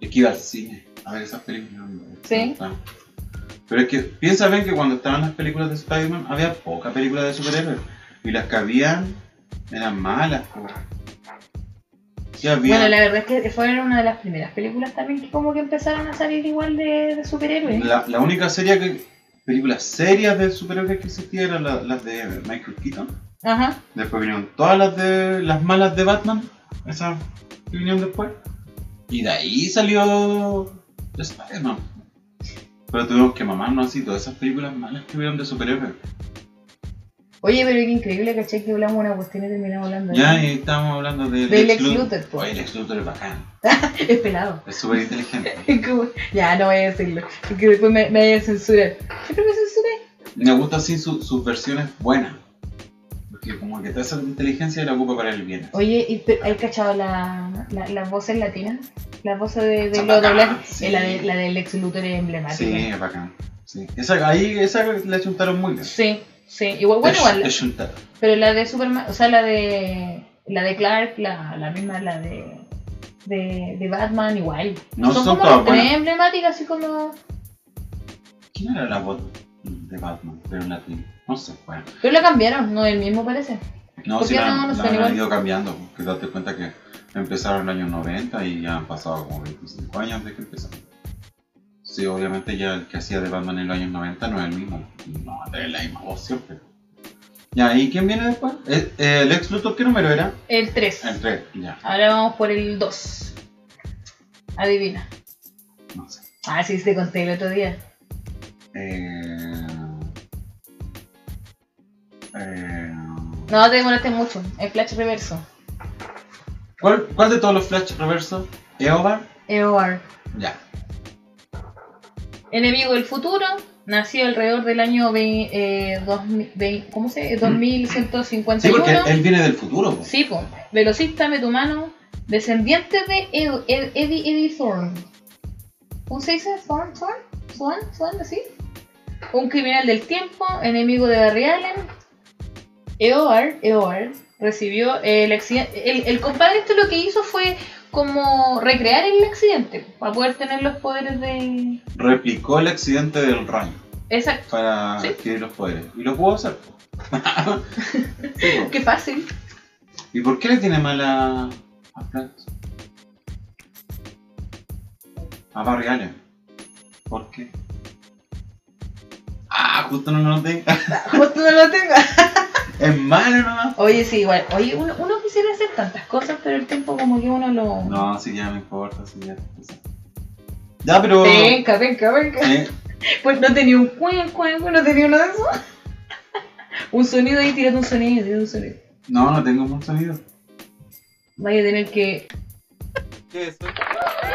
Speaker 1: Es que iba al cine a ver esas películas. ¿no?
Speaker 2: Sí.
Speaker 1: No, no. Pero es que piensa bien que cuando estaban las películas de Spider-Man había poca película de superhéroes. Y las que habían eran malas, po. Sí había.
Speaker 2: Bueno, la verdad es que fue una de las primeras películas también que como que empezaron a salir igual de, de superhéroes.
Speaker 1: La, la única serie que. Películas serias de superhéroes que existían eran la- las de Michael Keaton.
Speaker 2: Ajá.
Speaker 1: Después vinieron todas las de las malas de Batman, esas que vinieron después. Y de ahí salió Spider-Man. Pero tuvimos que mamarnos así todas esas películas malas que hubieron de superhéroes.
Speaker 2: Oye, pero qué increíble, caché que hablamos una cuestión y terminamos hablando. de-
Speaker 1: Ya eh. y estábamos hablando de
Speaker 2: Del Lex Luthor, pues. po.
Speaker 1: Oye, Lex Luthor es bacán,
Speaker 2: Es pelado.
Speaker 1: es súper inteligente.
Speaker 2: Como- ya, no voy a decirlo. Porque después me, me vaya a censurar. ¿Yo creo que censuré?
Speaker 1: Me gusta así su- sus versiones buenas. Porque como que toda esa inteligencia la ocupa para el bien.
Speaker 2: Oye, ¿y pe- ¿hay cachado la, la- las voces latinas? Las voces de, de
Speaker 1: Son
Speaker 2: los
Speaker 1: bacanas,
Speaker 2: doblajes.
Speaker 1: Ah, sí.
Speaker 2: Eh, La, de, la del ex Luthor es
Speaker 1: Sí,
Speaker 2: emblemática.
Speaker 1: es bacán. Sí. Esa, ahí esa la chuntaron muy bien.
Speaker 2: Sí, sí. Igual, bueno,
Speaker 1: La
Speaker 2: igual.
Speaker 1: chu- la chuntaron.
Speaker 2: Pero la de Superman, o sea, la de la de Clark, la, la misma, la de, de, de Batman, igual.
Speaker 1: No, son
Speaker 2: como
Speaker 1: todas
Speaker 2: las tres
Speaker 1: buenas.
Speaker 2: emblemáticas, así como...
Speaker 1: ¿Quién era la voz de Batman? Pero en latín. No sé, bueno.
Speaker 2: Pero la cambiaron, no el mismo parece.
Speaker 1: No,
Speaker 2: ¿Por
Speaker 1: si
Speaker 2: qué
Speaker 1: la,
Speaker 2: no? No
Speaker 1: la
Speaker 2: sé,
Speaker 1: han
Speaker 2: igual.
Speaker 1: ido cambiando. Porque date cuenta que empezaron en el año 90 y ya han pasado como 25 años desde que empezaron. Sí, obviamente ya el que hacía de Batman en los años 90 no es el mismo. No va a tener la misma voz siempre. Ya, ¿y quién viene después? Eh, eh, ¿El ex Luthor qué número era?
Speaker 2: El 3.
Speaker 1: El 3, ya,
Speaker 2: Ahora vamos por el 2. Adivina.
Speaker 1: no sé.
Speaker 2: Ah, sí, te conté el otro día.
Speaker 1: Eh, eh,
Speaker 2: No te demoraste mucho. El Flash Reverso.
Speaker 1: ¿cuál, ¿Cuál de todos los Flash reversos? ¿Eobar?
Speaker 2: EOR.
Speaker 1: Ya.
Speaker 2: Enemigo del futuro. Nació alrededor del año ve- eh, 2000, ve- ¿cómo se? dice? 2151.
Speaker 1: Mm. Sí, porque él viene del futuro. po.
Speaker 2: Sí, po. Velocista metumano, descendiente de Ed- Ed- Eddie Eddie Thorne. ¿Cómo se dice? ¿Thorne? ¿Thorne? ¿Swan? ¿Swan? ¿Así? Un criminal del tiempo, enemigo de Barry Allen. Eoward, Eoward recibió el accidente. El, el compadre este lo que hizo fue como recrear el accidente para poder tener los poderes de...
Speaker 1: Replicó el accidente del rayo
Speaker 2: Exacto.
Speaker 1: para
Speaker 2: Sí.
Speaker 1: adquirir los poderes. Y lo pudo hacer. po. Sí, po.
Speaker 2: Qué fácil.
Speaker 1: ¿Y por qué le tiene mala a Flash? A Barry Allen. ¿Por qué? Ah, justo no lo noté.
Speaker 2: Justo no lo tengo.
Speaker 1: Es malo nomás.
Speaker 2: Oye, sí, igual. Oye, uno, uno quisiera hacer tantas cosas, pero el tiempo como que uno lo...
Speaker 1: No, sí, ya no importa, sí, ya. o sea. Ya, pero.
Speaker 2: Venga, venga, venga.
Speaker 1: Eh,
Speaker 2: Pues no tenía un cuen, cuen, cuen, no tenía uno de esos. un sonido ahí, tirate un sonido, tirate un sonido.
Speaker 1: no, no tengo mucho sonido.
Speaker 2: Vaya a tener que.
Speaker 1: ¿Qué es eso?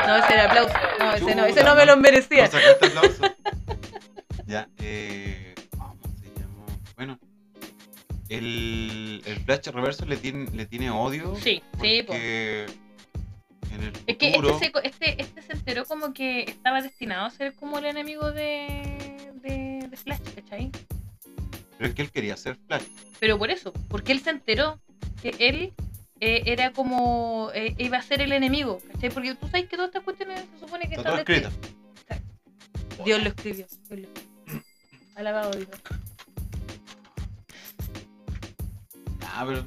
Speaker 2: No, ese era aplauso. No,
Speaker 1: ese no, ese no me lo
Speaker 2: merecía.
Speaker 1: No sacaste este aplauso. ya, eh. ¿Cómo se llama? Bueno. El, el Flash Reverso le tiene, le tiene odio.
Speaker 3: Sí, sí, po.
Speaker 1: porque En el
Speaker 3: Es que
Speaker 1: futuro,
Speaker 3: este se, co- este, este se enteró como que estaba destinado a ser como el enemigo de, de, de Flash, ¿cachai?
Speaker 1: Pero es que él quería ser Flash.
Speaker 3: Pero por eso, porque él se enteró que él eh, era como. eh, iba a ser el enemigo, ¿cachai? Porque tú sabes que todas estas cuestiones se supone que
Speaker 1: Está todo
Speaker 3: están
Speaker 1: escrito.
Speaker 3: desti- Dios lo escribió. Dios lo- Alabado Dios.
Speaker 1: Ya, pero.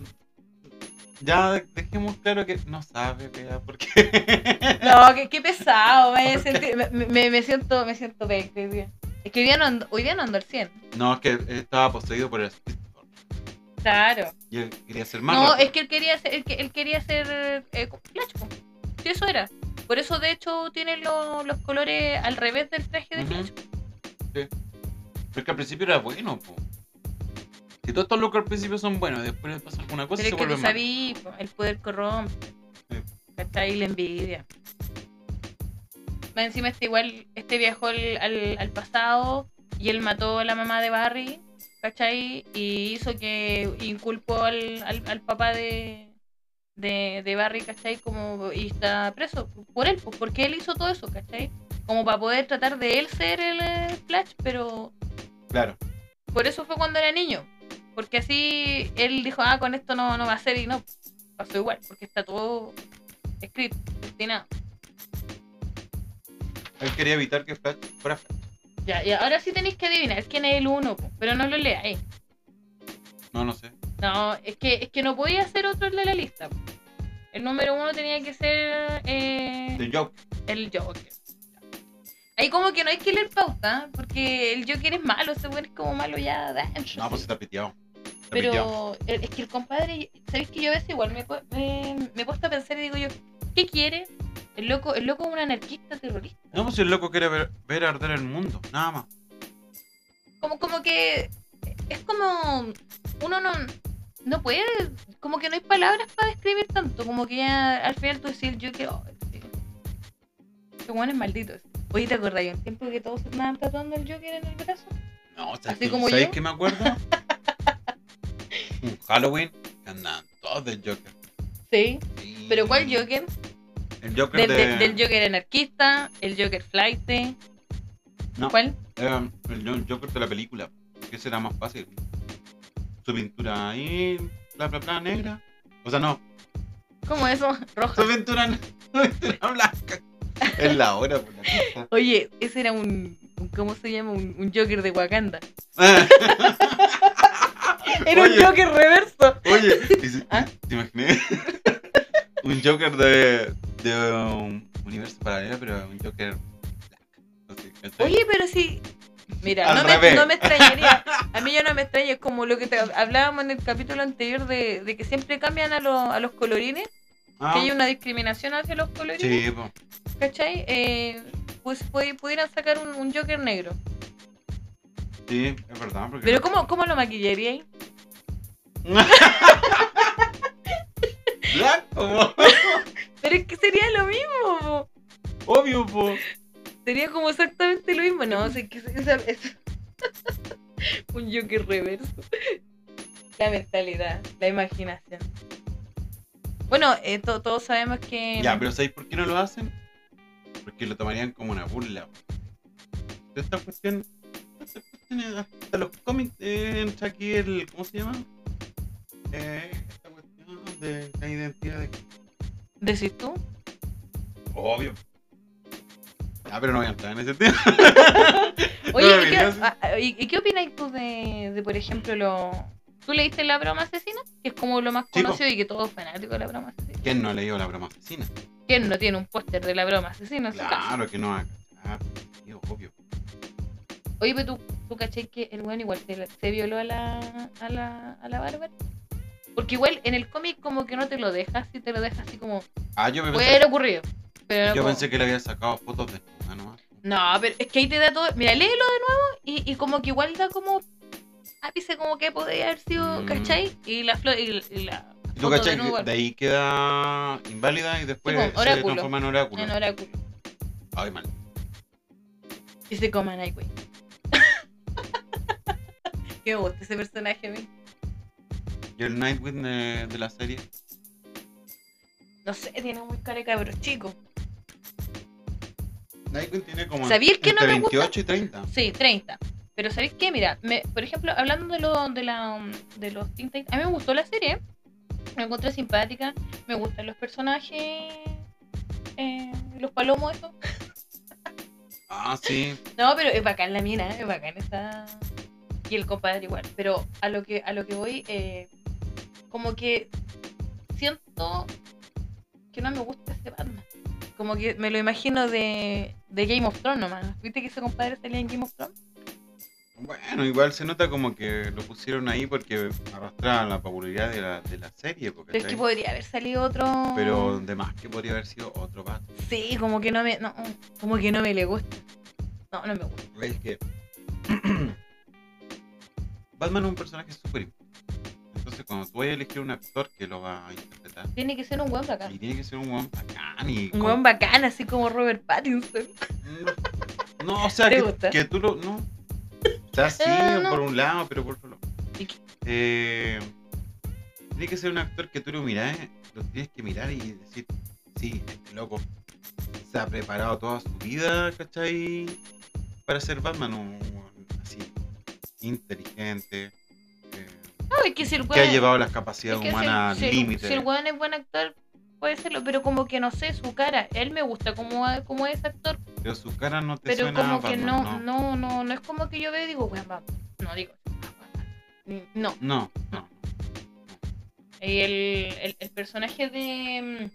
Speaker 1: Ya de- dejemos claro que no sabe, Bea, porque.
Speaker 2: No, qué, qué pesado. Me, sentí- me, me- me siento, me siento de, de- de- Es que hoy día no ando, hoy día no ando al 100.
Speaker 1: no, es que estaba poseído por el espíritu.
Speaker 2: Claro.
Speaker 1: Y él quería ser malo.
Speaker 2: No, es que él quería ser, él, que- él quería ser eh, como Flash, po. Sí, eso era. Por eso, de hecho, tiene lo- los colores al revés del traje de
Speaker 1: Ujú.
Speaker 2: Flash.
Speaker 1: Sí. Pero es que al principio era bueno, po. Si todos estos locos al principio son buenos, después les pasa alguna cosa
Speaker 2: Pero
Speaker 1: y
Speaker 2: es
Speaker 1: se
Speaker 2: que tú
Speaker 1: vuelven malos.
Speaker 2: sabí, po, el poder corrompe.
Speaker 1: Sí.
Speaker 2: ¿Cachai? Y la envidia. Más encima este igual, este viajó al, al- al pasado y él mató a la mamá de Barry, ¿cachai? Y hizo que inculpó al, al- al papá de, de, de Barry, ¿cachai? Como, y está preso por él, pues, porque él hizo todo eso, ¿cachai? Como para poder tratar de él ser el eh, Flash, pero
Speaker 1: Claro.
Speaker 2: por eso fue cuando era niño. Porque así él dijo, ah, con esto no, no va a ser y no, pasó igual, porque está todo escrito, destinado.
Speaker 1: Él quería evitar que Flash fuera Flash.
Speaker 2: Ya, y ahora sí tenéis que adivinar quién es el uno, po, pero no lo leáis.
Speaker 1: No, no sé.
Speaker 2: No, es que, es que no podía ser otro el de la lista. po. El número uno tenía que ser eh,
Speaker 1: The Joker.
Speaker 2: el Joker. Ahí como que no hay que leer pauta, ¿eh? porque el Joker es malo, ese weón es como malo ya de ancho,
Speaker 1: No, pues
Speaker 2: sí.
Speaker 1: está piteado. Está piteado.
Speaker 2: Pero el- es que el compadre, ¿sabéis que yo a veces igual me, pu- me, me he puesto a pensar y digo yo, ¿qué quiere? El loco, el loco es un anarquista terrorista.
Speaker 1: No, pues si el loco quiere ver, ver arder el mundo, nada más.
Speaker 2: Como, como que es como uno no, no puede, como que no hay palabras para describir tanto, como que ya al final tú decís yo quiero. este Los guanes malditos. Oye, ¿te acordáis un tiempo que todos andaban tatuando el Joker en el brazo?
Speaker 1: No, ¿sabes,
Speaker 2: Así
Speaker 1: qué-
Speaker 2: como
Speaker 1: ¿sabes
Speaker 2: yo.
Speaker 1: qué me acuerdo? Un Halloween que andaban todos del Joker.
Speaker 2: Sí.
Speaker 1: Sí.
Speaker 2: ¿Pero cuál Joker?
Speaker 1: El Joker
Speaker 2: Del,
Speaker 1: de...
Speaker 2: del- del Joker anarquista, el Joker flight.
Speaker 1: No.
Speaker 2: ¿Cuál?
Speaker 1: Eh, el Jo- Joker de la película. Que será más fácil. Su pintura ahí, bla bla bla, negra. O sea, no,
Speaker 2: ¿Cómo eso? Roja.
Speaker 1: su pintura, ne- su pintura blanca. Es la hora, pues. por la pista.
Speaker 2: Oye, ese era un. un- ¿Cómo se llama? Un, un Joker de Wakanda.
Speaker 1: Ah,
Speaker 2: Era
Speaker 1: Oye.
Speaker 2: un Joker reverso.
Speaker 1: Oye, y si-
Speaker 2: ¿Ah?
Speaker 1: ¿te imaginé? un Joker de, de un universo paralelo, pero un Joker black. Así, ¿cachai?
Speaker 2: Oye, pero sí. Mira,
Speaker 1: Al
Speaker 2: no me,
Speaker 1: revés.
Speaker 2: no me extrañaría. A mí yo no me extraña. Es como lo que te hablábamos en el capítulo anterior de, de que siempre cambian a, los- a los colorines.
Speaker 1: Ah,
Speaker 2: Que hay una discriminación hacia los colorines.
Speaker 1: Sí, po.
Speaker 2: ¿Cachai? Eh, pues pudi- pudieran sacar un, un Joker negro.
Speaker 1: sí, es verdad. Porque
Speaker 2: Pero ¿cómo, cómo lo maquillaría ahí?
Speaker 1: Black, po,
Speaker 2: Pero es que sería lo mismo. po.
Speaker 1: obvio, po.
Speaker 2: Sería como exactamente lo mismo. No, sé que esa- esa- un Joker reverso. La mentalidad, la imaginación. Bueno, eh, to- todos sabemos que. mm,
Speaker 1: Ya, pero ¿sabéis por qué no lo hacen? Porque lo tomarían como una burla. po. De esta cuestión. de esta cuestión, eh, Hasta los cómics eh, entra aquí el. ¿Cómo se llama? Eh, esta cuestión de la identidad de
Speaker 2: ¿Decís tú?
Speaker 1: Obvio. Ah, pero no voy a entrar en ese tema.
Speaker 2: Oye,
Speaker 1: No,
Speaker 2: ¿y, qué,
Speaker 1: mira, sí.
Speaker 2: a- a- y- y qué opináis tú de, de, por ejemplo, lo. ¿Tú leíste La Broma Asesina? Que es como lo más
Speaker 1: Sí, po.
Speaker 2: conocido y que todo es fanático de La Broma Asesina.
Speaker 1: ¿Quién no ha leído la broma asesina?
Speaker 2: ¿Quién no tiene un póster de La Broma Asesina en su casa?
Speaker 1: Claro que no va a cachar. Sí, obvio.
Speaker 2: Oye, pero tú, tú caché que el weón igual se, se violó a la, a la, a la Bárbara. Porque igual en el cómic como que no te lo deja así, te lo deja así como
Speaker 1: Ah, yo me
Speaker 2: puede
Speaker 1: pensé,
Speaker 2: haber ocurrido. Pero
Speaker 1: yo
Speaker 2: como-
Speaker 1: pensé que le había sacado fotos de ah, nomás.
Speaker 2: No, pero es que ahí te da todo. Mira, léelo de nuevo y, y como que igual da como ápice como que podría haber sido,
Speaker 1: Mm.
Speaker 2: ¿cachai? Y la flor y, y la
Speaker 1: ¿Y
Speaker 2: foto
Speaker 1: tú
Speaker 2: de
Speaker 1: cachai?
Speaker 2: nuevo
Speaker 1: que
Speaker 2: igual,
Speaker 1: De ahí queda inválida y después
Speaker 2: Sí, po,
Speaker 1: se
Speaker 2: oráculo.
Speaker 1: transforma en oráculo.
Speaker 2: en oráculo.
Speaker 1: Ay, mal.
Speaker 2: Y se coman ahí, güey. Qué gusta ese personaje, güey.
Speaker 1: Y el Nightwing de, de la serie.
Speaker 2: No sé, tiene muy cara de cabro chico.
Speaker 1: Nightwing tiene como
Speaker 2: ¿Sabías que no
Speaker 1: entre
Speaker 2: me gusta?
Speaker 1: 28 y 30.
Speaker 2: Sí, 30. Pero ¿sabéis qué? Mira, me- por ejemplo, hablando de, lo, de, la, um, de los Teen Titans, a mí me gustó la serie. Me encontré simpática. Me gustan los personajes. eh, los palomos, eso.
Speaker 1: Ah, sí.
Speaker 2: No, pero es bacán la mina, es bacán esta. Y el compadre igual. Pero a lo que, a lo que voy, eh, como que siento que no me gusta este Batman. Como que me lo imagino de, de Game of Thrones nomás. ¿Viste que ese compadre salía en Game of Thrones?
Speaker 1: Bueno, igual se nota como que lo pusieron ahí porque arrastraban la popularidad de la, de la serie. Porque
Speaker 2: Pero es que podría haber salido otro.
Speaker 1: Pero de más que podría haber sido otro Batman.
Speaker 2: Sí, como que no me. No, como que no me le gusta. No, no me gusta.
Speaker 1: Es que Batman es un personaje súper importante. Entonces cuando tú vayas a elegir un actor que lo va a interpretar,
Speaker 2: Tiene que ser un buen bacán.
Speaker 1: y tiene que ser un buen bacán y...
Speaker 2: Un
Speaker 1: con-
Speaker 2: buen bacán, así como Robert Pattinson.
Speaker 1: No, o sea,
Speaker 2: ¿Te
Speaker 1: que,
Speaker 2: gusta?
Speaker 1: que tú lo... No. O sea, sí,
Speaker 2: Ah, no.
Speaker 1: por un lado, pero por otro lado.
Speaker 2: ¿Y qué?
Speaker 1: Eh, tiene que ser un actor que tú lo mirás, lo tienes que mirar y decir, sí, este loco se ha preparado toda su vida, ¿cachai? Para ser Batman, un weón así, inteligente, eh,
Speaker 2: No, es que si el
Speaker 1: que ha
Speaker 2: weón-
Speaker 1: llevado las
Speaker 2: es
Speaker 1: capacidades
Speaker 2: que si el-
Speaker 1: humanas
Speaker 2: si
Speaker 1: al
Speaker 2: el-
Speaker 1: límite.
Speaker 2: Si el weón es buen actor, puede serlo, pero como que no sé, su cara. Él me gusta como, como es actor,
Speaker 1: Pero su cara no te
Speaker 2: pero
Speaker 1: suena
Speaker 2: como
Speaker 1: a
Speaker 2: que
Speaker 1: Batman,
Speaker 2: no,
Speaker 1: no.
Speaker 2: no, no, no, es como que yo veo y digo, weón, va, no digo. No,
Speaker 1: No, no.
Speaker 2: el, el, el personaje de,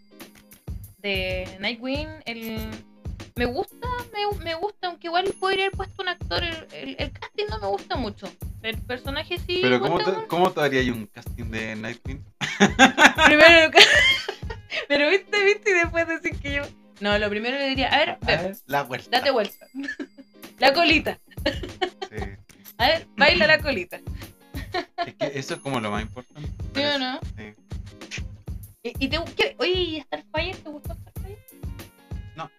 Speaker 2: mm, de Nightwing, el, me gusta, me, me gusta, aunque igual podría haber puesto un actor, el, el- el casting no me gusta mucho. El personaje sí.
Speaker 1: Pero ¿cómo
Speaker 2: puta,
Speaker 1: te, ¿cómo te haría yo un casting de Nightwing?
Speaker 2: Primero Pero viste, viste, y después decir que yo. No, lo primero le diría, a ver,
Speaker 1: A
Speaker 2: ven,
Speaker 1: ver, la vuelta.
Speaker 2: date vuelta. La colita.
Speaker 1: Sí.
Speaker 2: A ver, baila la colita.
Speaker 1: Es que eso es como lo más importante.
Speaker 2: ¿Sí
Speaker 1: parece.
Speaker 2: o no?
Speaker 1: Sí.
Speaker 2: ¿Y, y te gu- qué- Oye, ¿y Starfire? ¿Te gustó Starfire?
Speaker 1: No.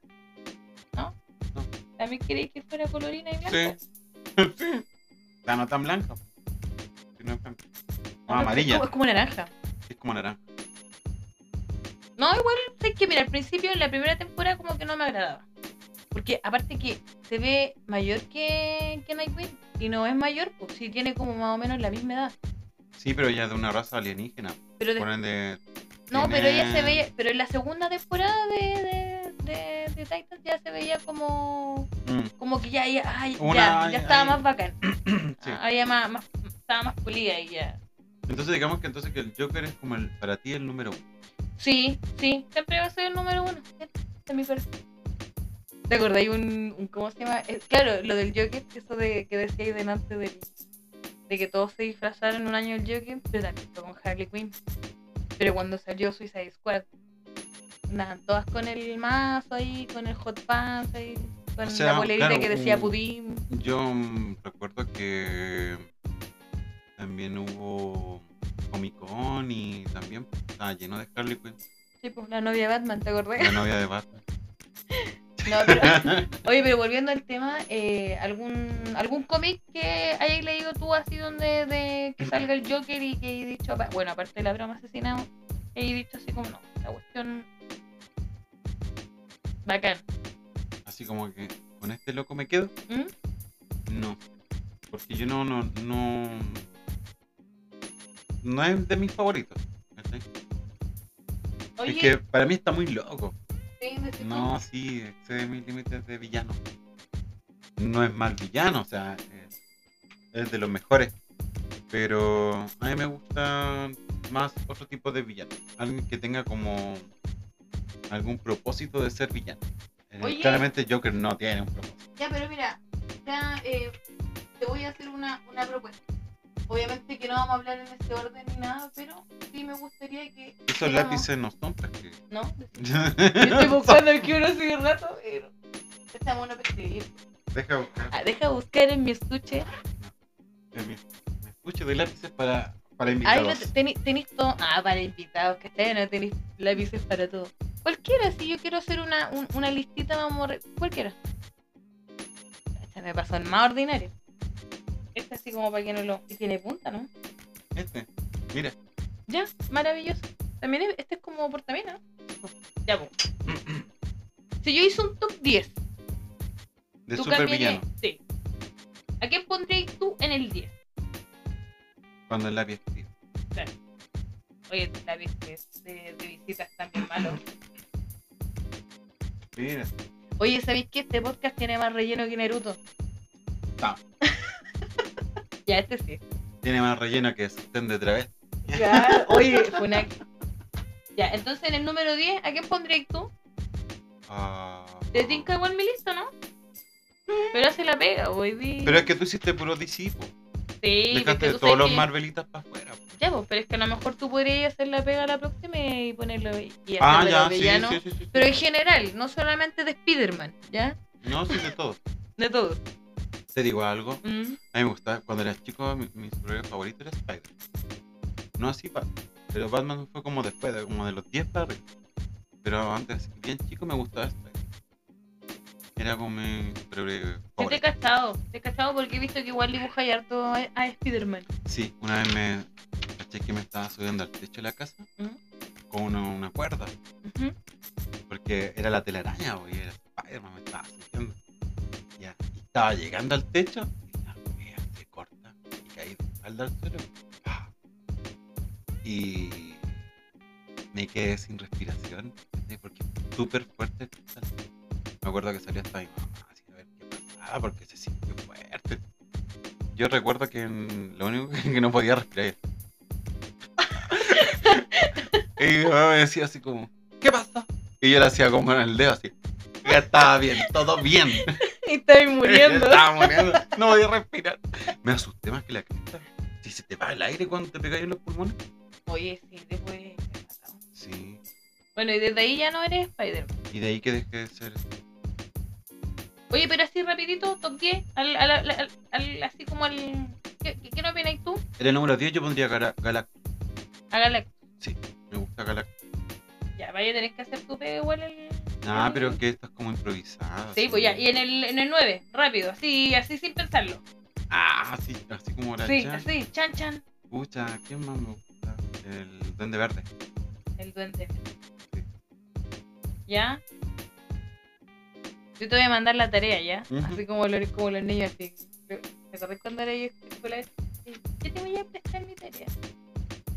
Speaker 2: ¿No?
Speaker 1: No.
Speaker 2: ¿También queréis que fuera colorina y blanca?
Speaker 1: Sí. sí. La no tan blanca. Si no es blanca. No,
Speaker 2: No,
Speaker 1: amarilla.
Speaker 2: Es como, es como naranja.
Speaker 1: Es como naranja.
Speaker 2: No, igual sé que, mira, al principio, en la primera temporada, como que no me agradaba. Porque aparte que se ve mayor que, que Nightwing. Y no es mayor, pues sí tiene como más o menos la misma edad.
Speaker 1: Sí, pero ella es de una raza alienígena.
Speaker 2: Pero de-
Speaker 1: Por ende,
Speaker 2: no,
Speaker 1: tiene-
Speaker 2: pero ella se veía. Pero en la segunda temporada de, de, de, de Titans ya se veía como.
Speaker 1: mm,
Speaker 2: Como que ya, ya, ay,
Speaker 1: Una-
Speaker 2: ya, ya estaba
Speaker 1: ay.
Speaker 2: más bacán.
Speaker 1: sí.
Speaker 2: Había más, más- estaba más pulida y ya.
Speaker 1: Entonces digamos que entonces que el Joker es como el, para ti el número uno.
Speaker 2: Sí, sí, siempre va a ser el número uno. De mi persona. ¿Te acordáis un, un- cómo se llama? Eh, claro, lo del Joker, eso de que decíais delante del, de que todos se disfrazaron un año del Joker, pero también fue con Harley Quinn. Pero cuando salió Suicide Squad, nada, todas con el mazo ahí, con el hot pants ahí, con
Speaker 1: O sea,
Speaker 2: la bolerita
Speaker 1: claro,
Speaker 2: que decía
Speaker 1: un-
Speaker 2: Pudín.
Speaker 1: Yo mm, recuerdo que también hubo Comic Con y también estaba lleno de Harley Quinn,
Speaker 2: Sí, pues la novia de Batman, ¿te acordás?
Speaker 1: la novia de Batman.
Speaker 2: No, pero- oye, pero volviendo al tema, eh, ¿algún, algún cómic que hayas leído tú así donde de que salga el Joker y que he dicho, "Pa- bueno, aparte de la broma asesinado, he dicho así como no, la cuestión bacán.
Speaker 1: Así como que con este loco me quedo.
Speaker 2: ¿Mm?
Speaker 1: No. Porque yo no, no, no. No es de mis favoritos. ¿cachai?
Speaker 2: Oye,
Speaker 1: Es que para mí está muy loco.
Speaker 2: sí, de ese
Speaker 1: No, sí, excede mis límites de villano. No es mal villano, o sea, es, es de los mejores. Pero a mí me gusta más otro tipo de villano. Alguien que tenga como algún propósito de ser villano. Eh,
Speaker 2: Oye.
Speaker 1: Claramente Joker no tiene un propósito.
Speaker 2: Ya, pero mira, ya, eh, te voy a hacer una, una propuesta. Obviamente que no vamos a hablar en este orden ni nada, pero sí me gustaría que...
Speaker 1: Esos
Speaker 2: Digamos.
Speaker 1: lápices no son para que
Speaker 2: ¿No? Yo estoy
Speaker 1: Deja
Speaker 2: buscando aquí uno hace rato, pero... Esta mona para escribir.
Speaker 1: buscar
Speaker 2: Ah, deja buscar en mi estuche.
Speaker 1: el- mi mi estuche de lápices para, para
Speaker 2: Ahí lo
Speaker 1: invitados.
Speaker 2: te- teni- tenéis todo. Ah, para invitados, que ustedes no tenéis lápices para todo. Cualquiera, si yo quiero hacer una, un- una listita, vamos a re- Cualquiera. Esta me pasó el más ordinario. Esta así como para que no lo. Y tiene punta, ¿no?
Speaker 1: Este, mira.
Speaker 2: Ya, maravilloso. También es- este es como portamina. ¿no? Ya, pues. Si yo hice un top 10,
Speaker 1: De
Speaker 2: tú
Speaker 1: super
Speaker 2: cambiarías.
Speaker 1: villano.
Speaker 2: Sí. ¿A quién pondrías tú en el 10?
Speaker 1: Cuando el lápiz tío.
Speaker 2: Oye, la viste de, de visitas también malo.
Speaker 1: Mira.
Speaker 2: Oye, ¿sabéis que este podcast tiene más relleno que Naruto?
Speaker 1: No.
Speaker 2: ya, este sí. este
Speaker 1: Tiene más relleno que sostén de través.
Speaker 2: Claro, oye, fue una... Ya, entonces en el número 10, ¿a quién pondrías tú?
Speaker 1: Ah.
Speaker 2: Te tinca igual mi listo, ¿no? Pero hace la pega, hoy
Speaker 1: Pero es que tú hiciste puro disipo.
Speaker 2: Sí, pero es que
Speaker 1: Dejaste
Speaker 2: tú
Speaker 1: todos
Speaker 2: sabes
Speaker 1: los
Speaker 2: que-
Speaker 1: Marvelitas para afuera. po.
Speaker 2: Ya, pues, pero es que a lo mejor tú podrías hacer la pega la próxima y ponerlo y hacerlo
Speaker 1: Ah,
Speaker 2: de
Speaker 1: ya,
Speaker 2: los
Speaker 1: sí,
Speaker 2: villanos.
Speaker 1: sí, sí, sí, sí.
Speaker 2: Pero en general, no solamente de Spider-Man, ¿ya?
Speaker 1: No, sí, de todo.
Speaker 2: De todos.
Speaker 1: Te digo algo.
Speaker 2: Mm.
Speaker 1: A mí me gustaba, cuando era chico, mi, mi superhéroe favorito era Spider. No así Batman, pero Batman fue como después, de- como de los 10 para arriba. Pero antes, bien chico, me gustaba Spider. Era como mi superhéroe
Speaker 2: Sí, te he
Speaker 1: favorito.
Speaker 2: cachado, te he cachado porque he visto que igual dibuja y harto a, a Spider-Man.
Speaker 1: Sí, una vez me caché que me estaba subiendo al techo de la casa
Speaker 2: Ujú.
Speaker 1: con una, una cuerda,
Speaker 2: Ujú.
Speaker 1: porque era la telaraña, güey, era Spider-Man, me estaba subiendo. Ya, y estaba llegando al techo, y la wea se corta, y caí de espalda al suelo. ¡pah! Y me quedé sin respiración, ¿cachai? porque súper fuerte. el putazo. Me acuerdo que salió hasta mi mamá, así a ver qué pasaba, porque se sintió fuerte. Yo recuerdo que en- lo único que, que no podía respirar. y mi mamá me decía así como, ¿qué pasa? Y yo le hacía como en el dedo así. Ya estaba bien, todo bien.
Speaker 2: Y estoy
Speaker 1: Yo estaba muriendo, No podía respirar. Me asusté más que la cresta. Si se te va el aire cuando te pegáis en los pulmones.
Speaker 2: Oye, sí, después... me he matado.
Speaker 1: Sí.
Speaker 2: Bueno, y desde ahí ya no eres Spider-Man.
Speaker 1: Y de ahí que dejé de ser.
Speaker 2: Oye, pero así rapidito, top 10, al, al, al- al- al- así como al... ¿Qué, qué, qué no opinas tú?
Speaker 1: En el número 10 yo pondría Gala- Galactus.
Speaker 2: Hágala.
Speaker 1: Me gusta Galactus.
Speaker 2: Ya, vaya a tener que hacer tu pega igual el...
Speaker 1: Ah,
Speaker 2: el-
Speaker 1: pero que estás como improvisada.
Speaker 2: Mm. Sí,
Speaker 1: así.
Speaker 2: pues ya. Y en el, en el 9, rápido, así, así sin pensarlo.
Speaker 1: Ah, sí, así como la
Speaker 2: sí,
Speaker 1: chan.
Speaker 2: así, chan chan.
Speaker 1: Pucha, ¿quién más me gusta? El Duende Verde.
Speaker 2: El duende.
Speaker 1: Sí.
Speaker 2: ¿Ya? Yo te voy a mandar la tarea, ¿ya?
Speaker 1: Ujú.
Speaker 2: Así como los, como los niños, así. ¿Te acordás cuando era yo escolar? Sí, Yo te voy a prestar mi tarea.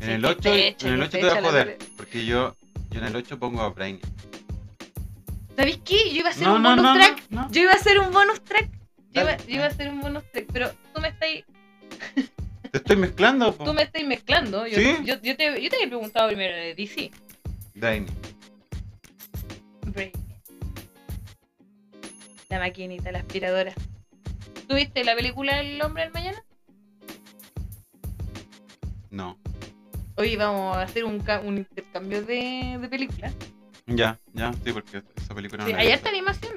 Speaker 1: En
Speaker 2: Sí,
Speaker 1: el
Speaker 2: qué
Speaker 1: 8,
Speaker 2: fecha,
Speaker 1: en el
Speaker 2: qué
Speaker 1: 8 te voy a
Speaker 2: fecha la
Speaker 1: joder.
Speaker 2: pre-
Speaker 1: Porque yo, yo en el 8 pongo a Brainy.
Speaker 2: ¿Sabéis qué? Yo iba a hacer un bonus track.
Speaker 1: no.
Speaker 2: Yo iba a hacer un bonus track. Yo iba,
Speaker 1: Dale. Oh.
Speaker 2: yo iba a hacer un bonus track. Pero tú me estás,
Speaker 1: Te estoy mezclando, po.
Speaker 2: tú me estás mezclando. Yo,
Speaker 1: ¿Sí?
Speaker 2: yo, yo te, yo te había preguntado primero de DC.
Speaker 1: Brainy.
Speaker 2: Brain. La maquinita, la aspiradora. ¿Tuviste la película El hombre del mañana?
Speaker 1: No.
Speaker 2: Hoy vamos a hacer un, ca- un intercambio de, de películas.
Speaker 1: Ya, ya, sí, porque esa película
Speaker 2: Sí,
Speaker 1: no la he
Speaker 2: hay harta
Speaker 1: visto.
Speaker 2: animación.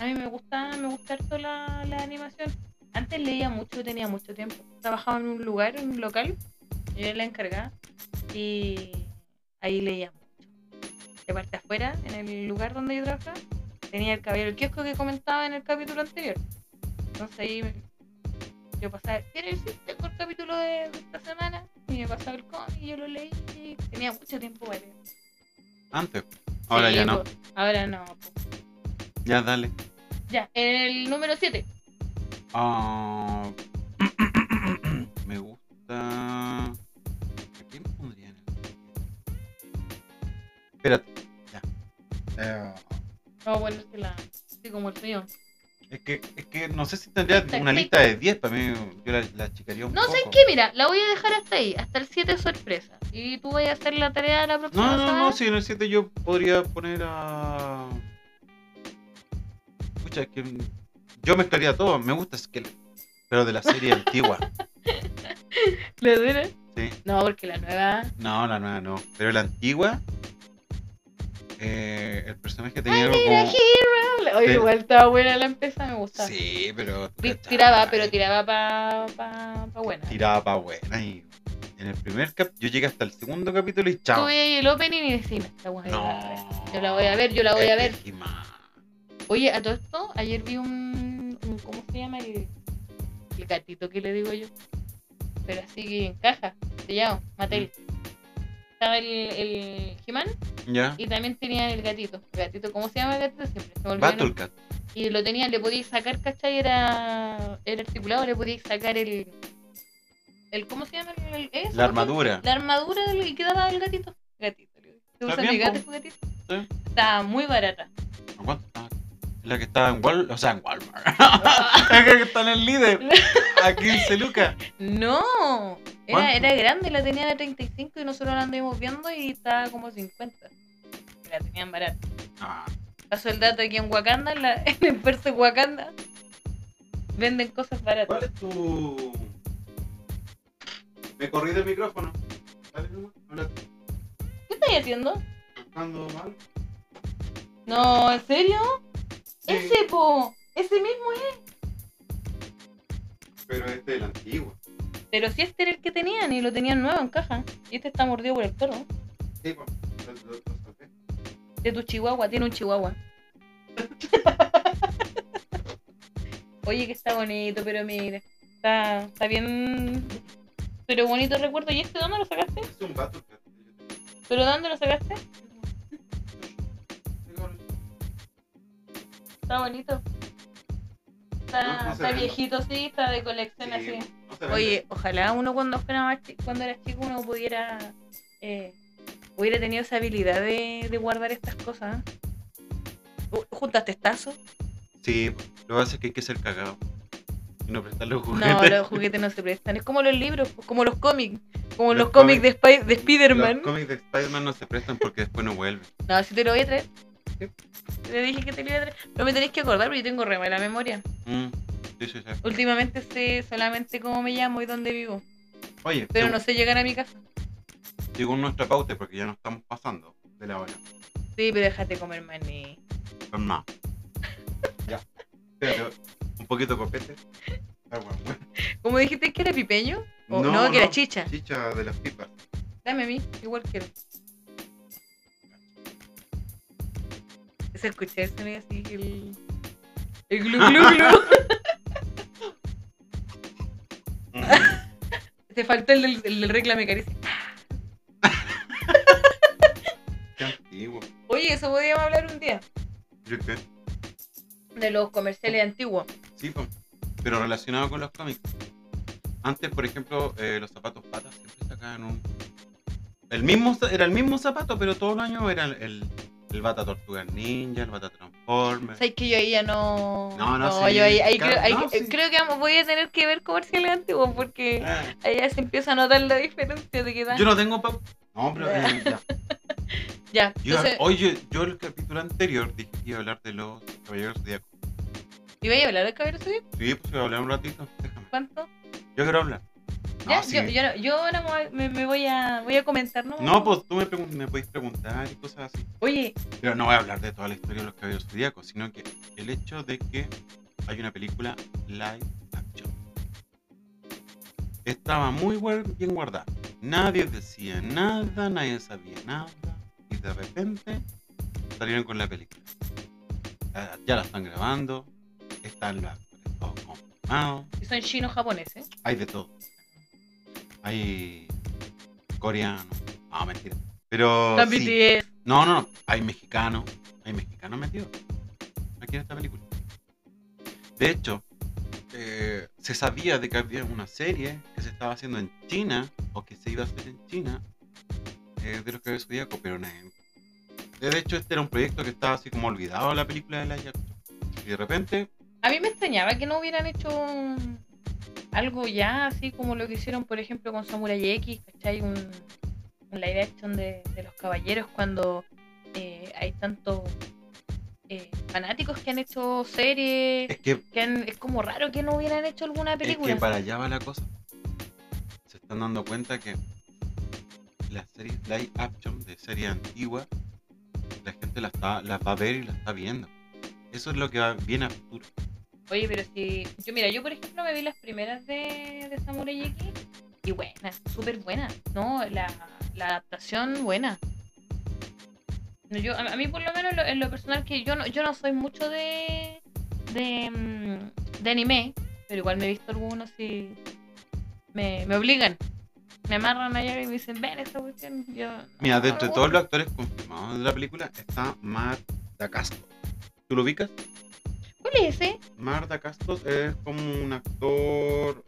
Speaker 2: A mí me gusta, me gusta harto la, la animación. Antes leía mucho, tenía mucho tiempo. Trabajaba en un lugar, en un local. Yo era la encargada. Y ahí leía mucho. De parte afuera, en el lugar donde yo trabajaba, tenía el caballero el kiosco que comentaba en el capítulo anterior. Entonces ahí me- yo pasaba, ¿quieres el por capítulo de, de esta semana? Y me pasaba el cómic y yo lo leí. y Tenía mucho tiempo para leer.
Speaker 1: Antes. Ahora
Speaker 2: Sí, pues.
Speaker 1: ya no.
Speaker 2: po. Ahora no. po.
Speaker 1: Ya, dale.
Speaker 2: Ya, el número 7.
Speaker 1: Ah, me gusta. ¿A quién pondría en el Espérate, ya. Eh,
Speaker 2: No, bueno, es que la. Sí, como el mío.
Speaker 1: es, que, es que no sé si tendría
Speaker 2: Está
Speaker 1: una
Speaker 2: escrito.
Speaker 1: lista de 10 para mí. Yo la, la chicaría un
Speaker 2: No,
Speaker 1: poco.
Speaker 2: ¿sabes qué? Mira, la voy a dejar hasta ahí, hasta el 7 sorpresa. Y tú vas a hacer la tarea la próxima
Speaker 1: No, no,
Speaker 2: semana.
Speaker 1: no, si en el 7 yo podría poner a. Escucha, es que yo mezclaría todo. Me gusta Skeletor, pero de la serie antigua.
Speaker 2: ¿Le duele?
Speaker 1: Sí.
Speaker 2: No, porque la nueva.
Speaker 1: No, la nueva no. Pero la antigua. eh, el personaje tenía algo como.
Speaker 2: Hero. Oye,
Speaker 1: Sí.
Speaker 2: igual estaba buena la empresa, me gustaba.
Speaker 1: Sí, pero.
Speaker 2: Ti-
Speaker 1: cachai,
Speaker 2: Tiraba, pero tiraba pa, pa, pa buena.
Speaker 1: Tiraba pa' buena. Y en el primer cap. Yo llegué hasta el segundo capítulo y
Speaker 2: Tú
Speaker 1: chao.
Speaker 2: veías el opening y decís, no, esta buena.
Speaker 1: No.
Speaker 2: Yo la voy a ver, yo la voy a ver.
Speaker 1: Es que Eh, más.
Speaker 2: Oye, a todo esto, ayer vi un, un- ¿cómo se llama? El, el gatito que le digo yo. Pero así que encaja, sellado, Mattel.
Speaker 1: Mm.
Speaker 2: Estaba el, el He-Man
Speaker 1: Ya.
Speaker 2: y también tenía el gatito. El gatito, ¿cómo se llama el gatito? Siempre se me olvida el nombre.
Speaker 1: Battlecat.
Speaker 2: Y lo tenía, le podíais sacar, ¿cachai? Era, era articulado, le podíais sacar el, el ¿cómo se llama? El, el- eso,
Speaker 1: La armadura.
Speaker 2: La armadura del que quedaba el gatito. Gatito. le digo.
Speaker 1: Está
Speaker 2: ¿Te usan
Speaker 1: bien,
Speaker 2: de gato
Speaker 1: po.
Speaker 2: y juguetito?
Speaker 1: Sí.
Speaker 2: Estaba muy barata.
Speaker 1: ¿A ¿Cuánto estaba? La que estaba en Walmart. O sea, en Walmart. la que está en el líder. A 15 lucas.
Speaker 2: No, Era,
Speaker 1: ¿Cuánto?
Speaker 2: era grande, la tenían a 35 y nosotros la anduvimos viendo y estaba como 50. La tenían barata.
Speaker 1: Ah,
Speaker 2: Pasó el dato aquí en Wakanda, en, la- en el verso de Wakanda, venden cosas baratas.
Speaker 1: ¿Cuál es tu...? Me corrí del micrófono. Dale, nomás, habla,
Speaker 2: ¿Qué estáis haciendo?
Speaker 1: buscando mal.
Speaker 2: No, ¿en serio?
Speaker 1: Sí,
Speaker 2: Ese, po. Ese mismo.
Speaker 1: Pero este es el antiguo.
Speaker 2: Pero si este era el que tenían y lo tenían nuevo en caja. Y este está mordido por el perro.
Speaker 1: Sí, pues, lo- lo- lo saqué.
Speaker 2: De tu chihuahua, tiene un chihuahua. Oye, que está bonito, pero mira. Está, está bien. Pero bonito recuerdo. ¿Y este dónde lo sacaste?
Speaker 1: Es un vato que-
Speaker 2: ¿Pero dónde lo sacaste? Está bonito.
Speaker 1: No,
Speaker 2: Está,
Speaker 1: no se
Speaker 2: está
Speaker 1: vende.
Speaker 2: viejito, sí, está de colección así.
Speaker 1: Sí, no se vende.
Speaker 2: Oye, ojalá uno cuando fuera más chi- cuando era chico uno pudiera eh, hubiera tenido esa habilidad de, de guardar estas cosas. Uh, ¿Juntaste tazos?
Speaker 1: Sí, pues, lo que hace es que hay que ser cagado. Y no prestar los juguetes.
Speaker 2: No, los juguetes no se prestan. Es como los libros, pues, como los cómics, como los,
Speaker 1: Los
Speaker 2: cómics de, Spi- de Spider-Man.
Speaker 1: Los cómics de Spider-Man no se prestan porque después no vuelven.
Speaker 2: No, si te lo voy a traer.
Speaker 1: Sí.
Speaker 2: Te dije que te lo iba a traer. No me tenéis que acordar porque yo tengo re mala memoria.
Speaker 1: Mm, sí, sí, sí.
Speaker 2: Últimamente sé solamente cómo me llamo y dónde vivo.
Speaker 1: Oye,
Speaker 2: Pero
Speaker 1: según,
Speaker 2: no sé llegar a mi casa.
Speaker 1: según nuestra pauta, porque ya no estamos pasando de la hora.
Speaker 2: Sí, pero déjate comer maní.
Speaker 1: Con más. ya. Pero, un poquito de copete. Ah, bueno, bueno.
Speaker 2: ¿Cómo dijiste que era pipeño? O- Oh, no, que era chicha.
Speaker 1: Chicha de las pipas.
Speaker 2: Dame a mí, igual quiero. Se escuché el sonido así, el. El glu glu glu.
Speaker 1: Mm.
Speaker 2: Te faltó el del, el del reclame, caricia.
Speaker 1: Qué antiguo.
Speaker 2: Oye, eso podíamos hablar un día.
Speaker 1: Yo creo.
Speaker 2: De los comerciales antiguos.
Speaker 1: Sí, po. pero relacionado con los cómics. Antes, por ejemplo, eh, los zapatos patas siempre sacaban un. El mismo, za- era el mismo zapato, pero todos los años era el, el, el bata tortuga ninja, el bata transformer.
Speaker 2: Sabes que yo ahí ya no.
Speaker 1: Ah. No, no, sí,
Speaker 2: yo ahí, ahí
Speaker 1: claro,
Speaker 2: creo, ahí-
Speaker 1: no, sí.
Speaker 2: creo que vamos- voy a tener que ver comerciales antiguos porque
Speaker 1: Ah,
Speaker 2: ahí ya se empieza a notar la diferencia de que da.
Speaker 1: Yo no tengo pauta. No, pero eh, ya.
Speaker 2: Ya,
Speaker 1: Yo,
Speaker 2: entonces,
Speaker 1: oye, yo el capítulo anterior dije que iba a hablar de los caballeros zodiacos.
Speaker 2: ¿iba a hablar del cabello suyo?
Speaker 1: Sí, pues iba a hablar un ratito. Déjame.
Speaker 2: ¿Cuánto?
Speaker 1: Yo quiero hablar. No,
Speaker 2: Ya,
Speaker 1: sí.
Speaker 2: yo, yo, no- yo ahora me voy- me, me voy, a, voy a comentar, ¿no?
Speaker 1: No, pues tú me, pregun- me podéis preguntar y cosas así.
Speaker 2: Oye,
Speaker 1: Pero no voy a hablar de toda la historia de los caballeros zodíacos, sino que el hecho de que hay una película live action. Estaba muy guar- bien guardada. Nadie decía nada, nadie sabía nada. Y de repente salieron con la película. Ya, ya la están grabando, están los actores todos confirmados,
Speaker 2: son chinos japoneses.
Speaker 1: hay de todo. Hay coreano. Ah, mentira. Pero.
Speaker 2: Son
Speaker 1: Oh, sí.
Speaker 2: BTS.
Speaker 1: No, no, no. Hay mexicanos. Hay mexicanos metidos. Aquí en esta película. De hecho, eh, se sabía de que había una serie que se estaba haciendo en China o que se iba a hacer en China eh, de los Caballeros Zodíacos, pero nadie. De hecho, este era un proyecto que estaba así como olvidado de la película de la Yakuza. Y de repente,
Speaker 2: A mí me extrañaba que no hubieran hecho un- algo ya así como lo que hicieron, por ejemplo, con Samurai X, ¿cachai? Un, un live action de, de los caballeros cuando eh, hay tantos eh, fanáticos que han hecho series,
Speaker 1: es que,
Speaker 2: que han- es como raro que no hubieran hecho alguna
Speaker 1: es
Speaker 2: película.
Speaker 1: que para allá va la cosa. Se están dando cuenta que las series live action de serie antigua, la gente las está, las va a ver y las está viendo. Eso es lo que va- viene a futuro.
Speaker 2: Oye, pero si. Yo, mira, yo por ejemplo me vi las primeras de, de Samurai X y buena, súper buena. No, la, la adaptación buena. No, Yo, a, a mí, por lo menos, lo- en lo personal, que yo no, yo no soy mucho de. de. mm, de anime, pero igual me he visto algunos y. me, me obligan. Me amarran allá y me dicen, ven esta cuestión. Yo, "Ah,
Speaker 1: Mira,
Speaker 2: no,
Speaker 1: de entre
Speaker 2: no,
Speaker 1: todos los actores confirmados de la película está Mar Dacascos. ¿Tú lo ubicas?
Speaker 2: ¿Cuál es ese?
Speaker 1: Mar Dacascos es como un actor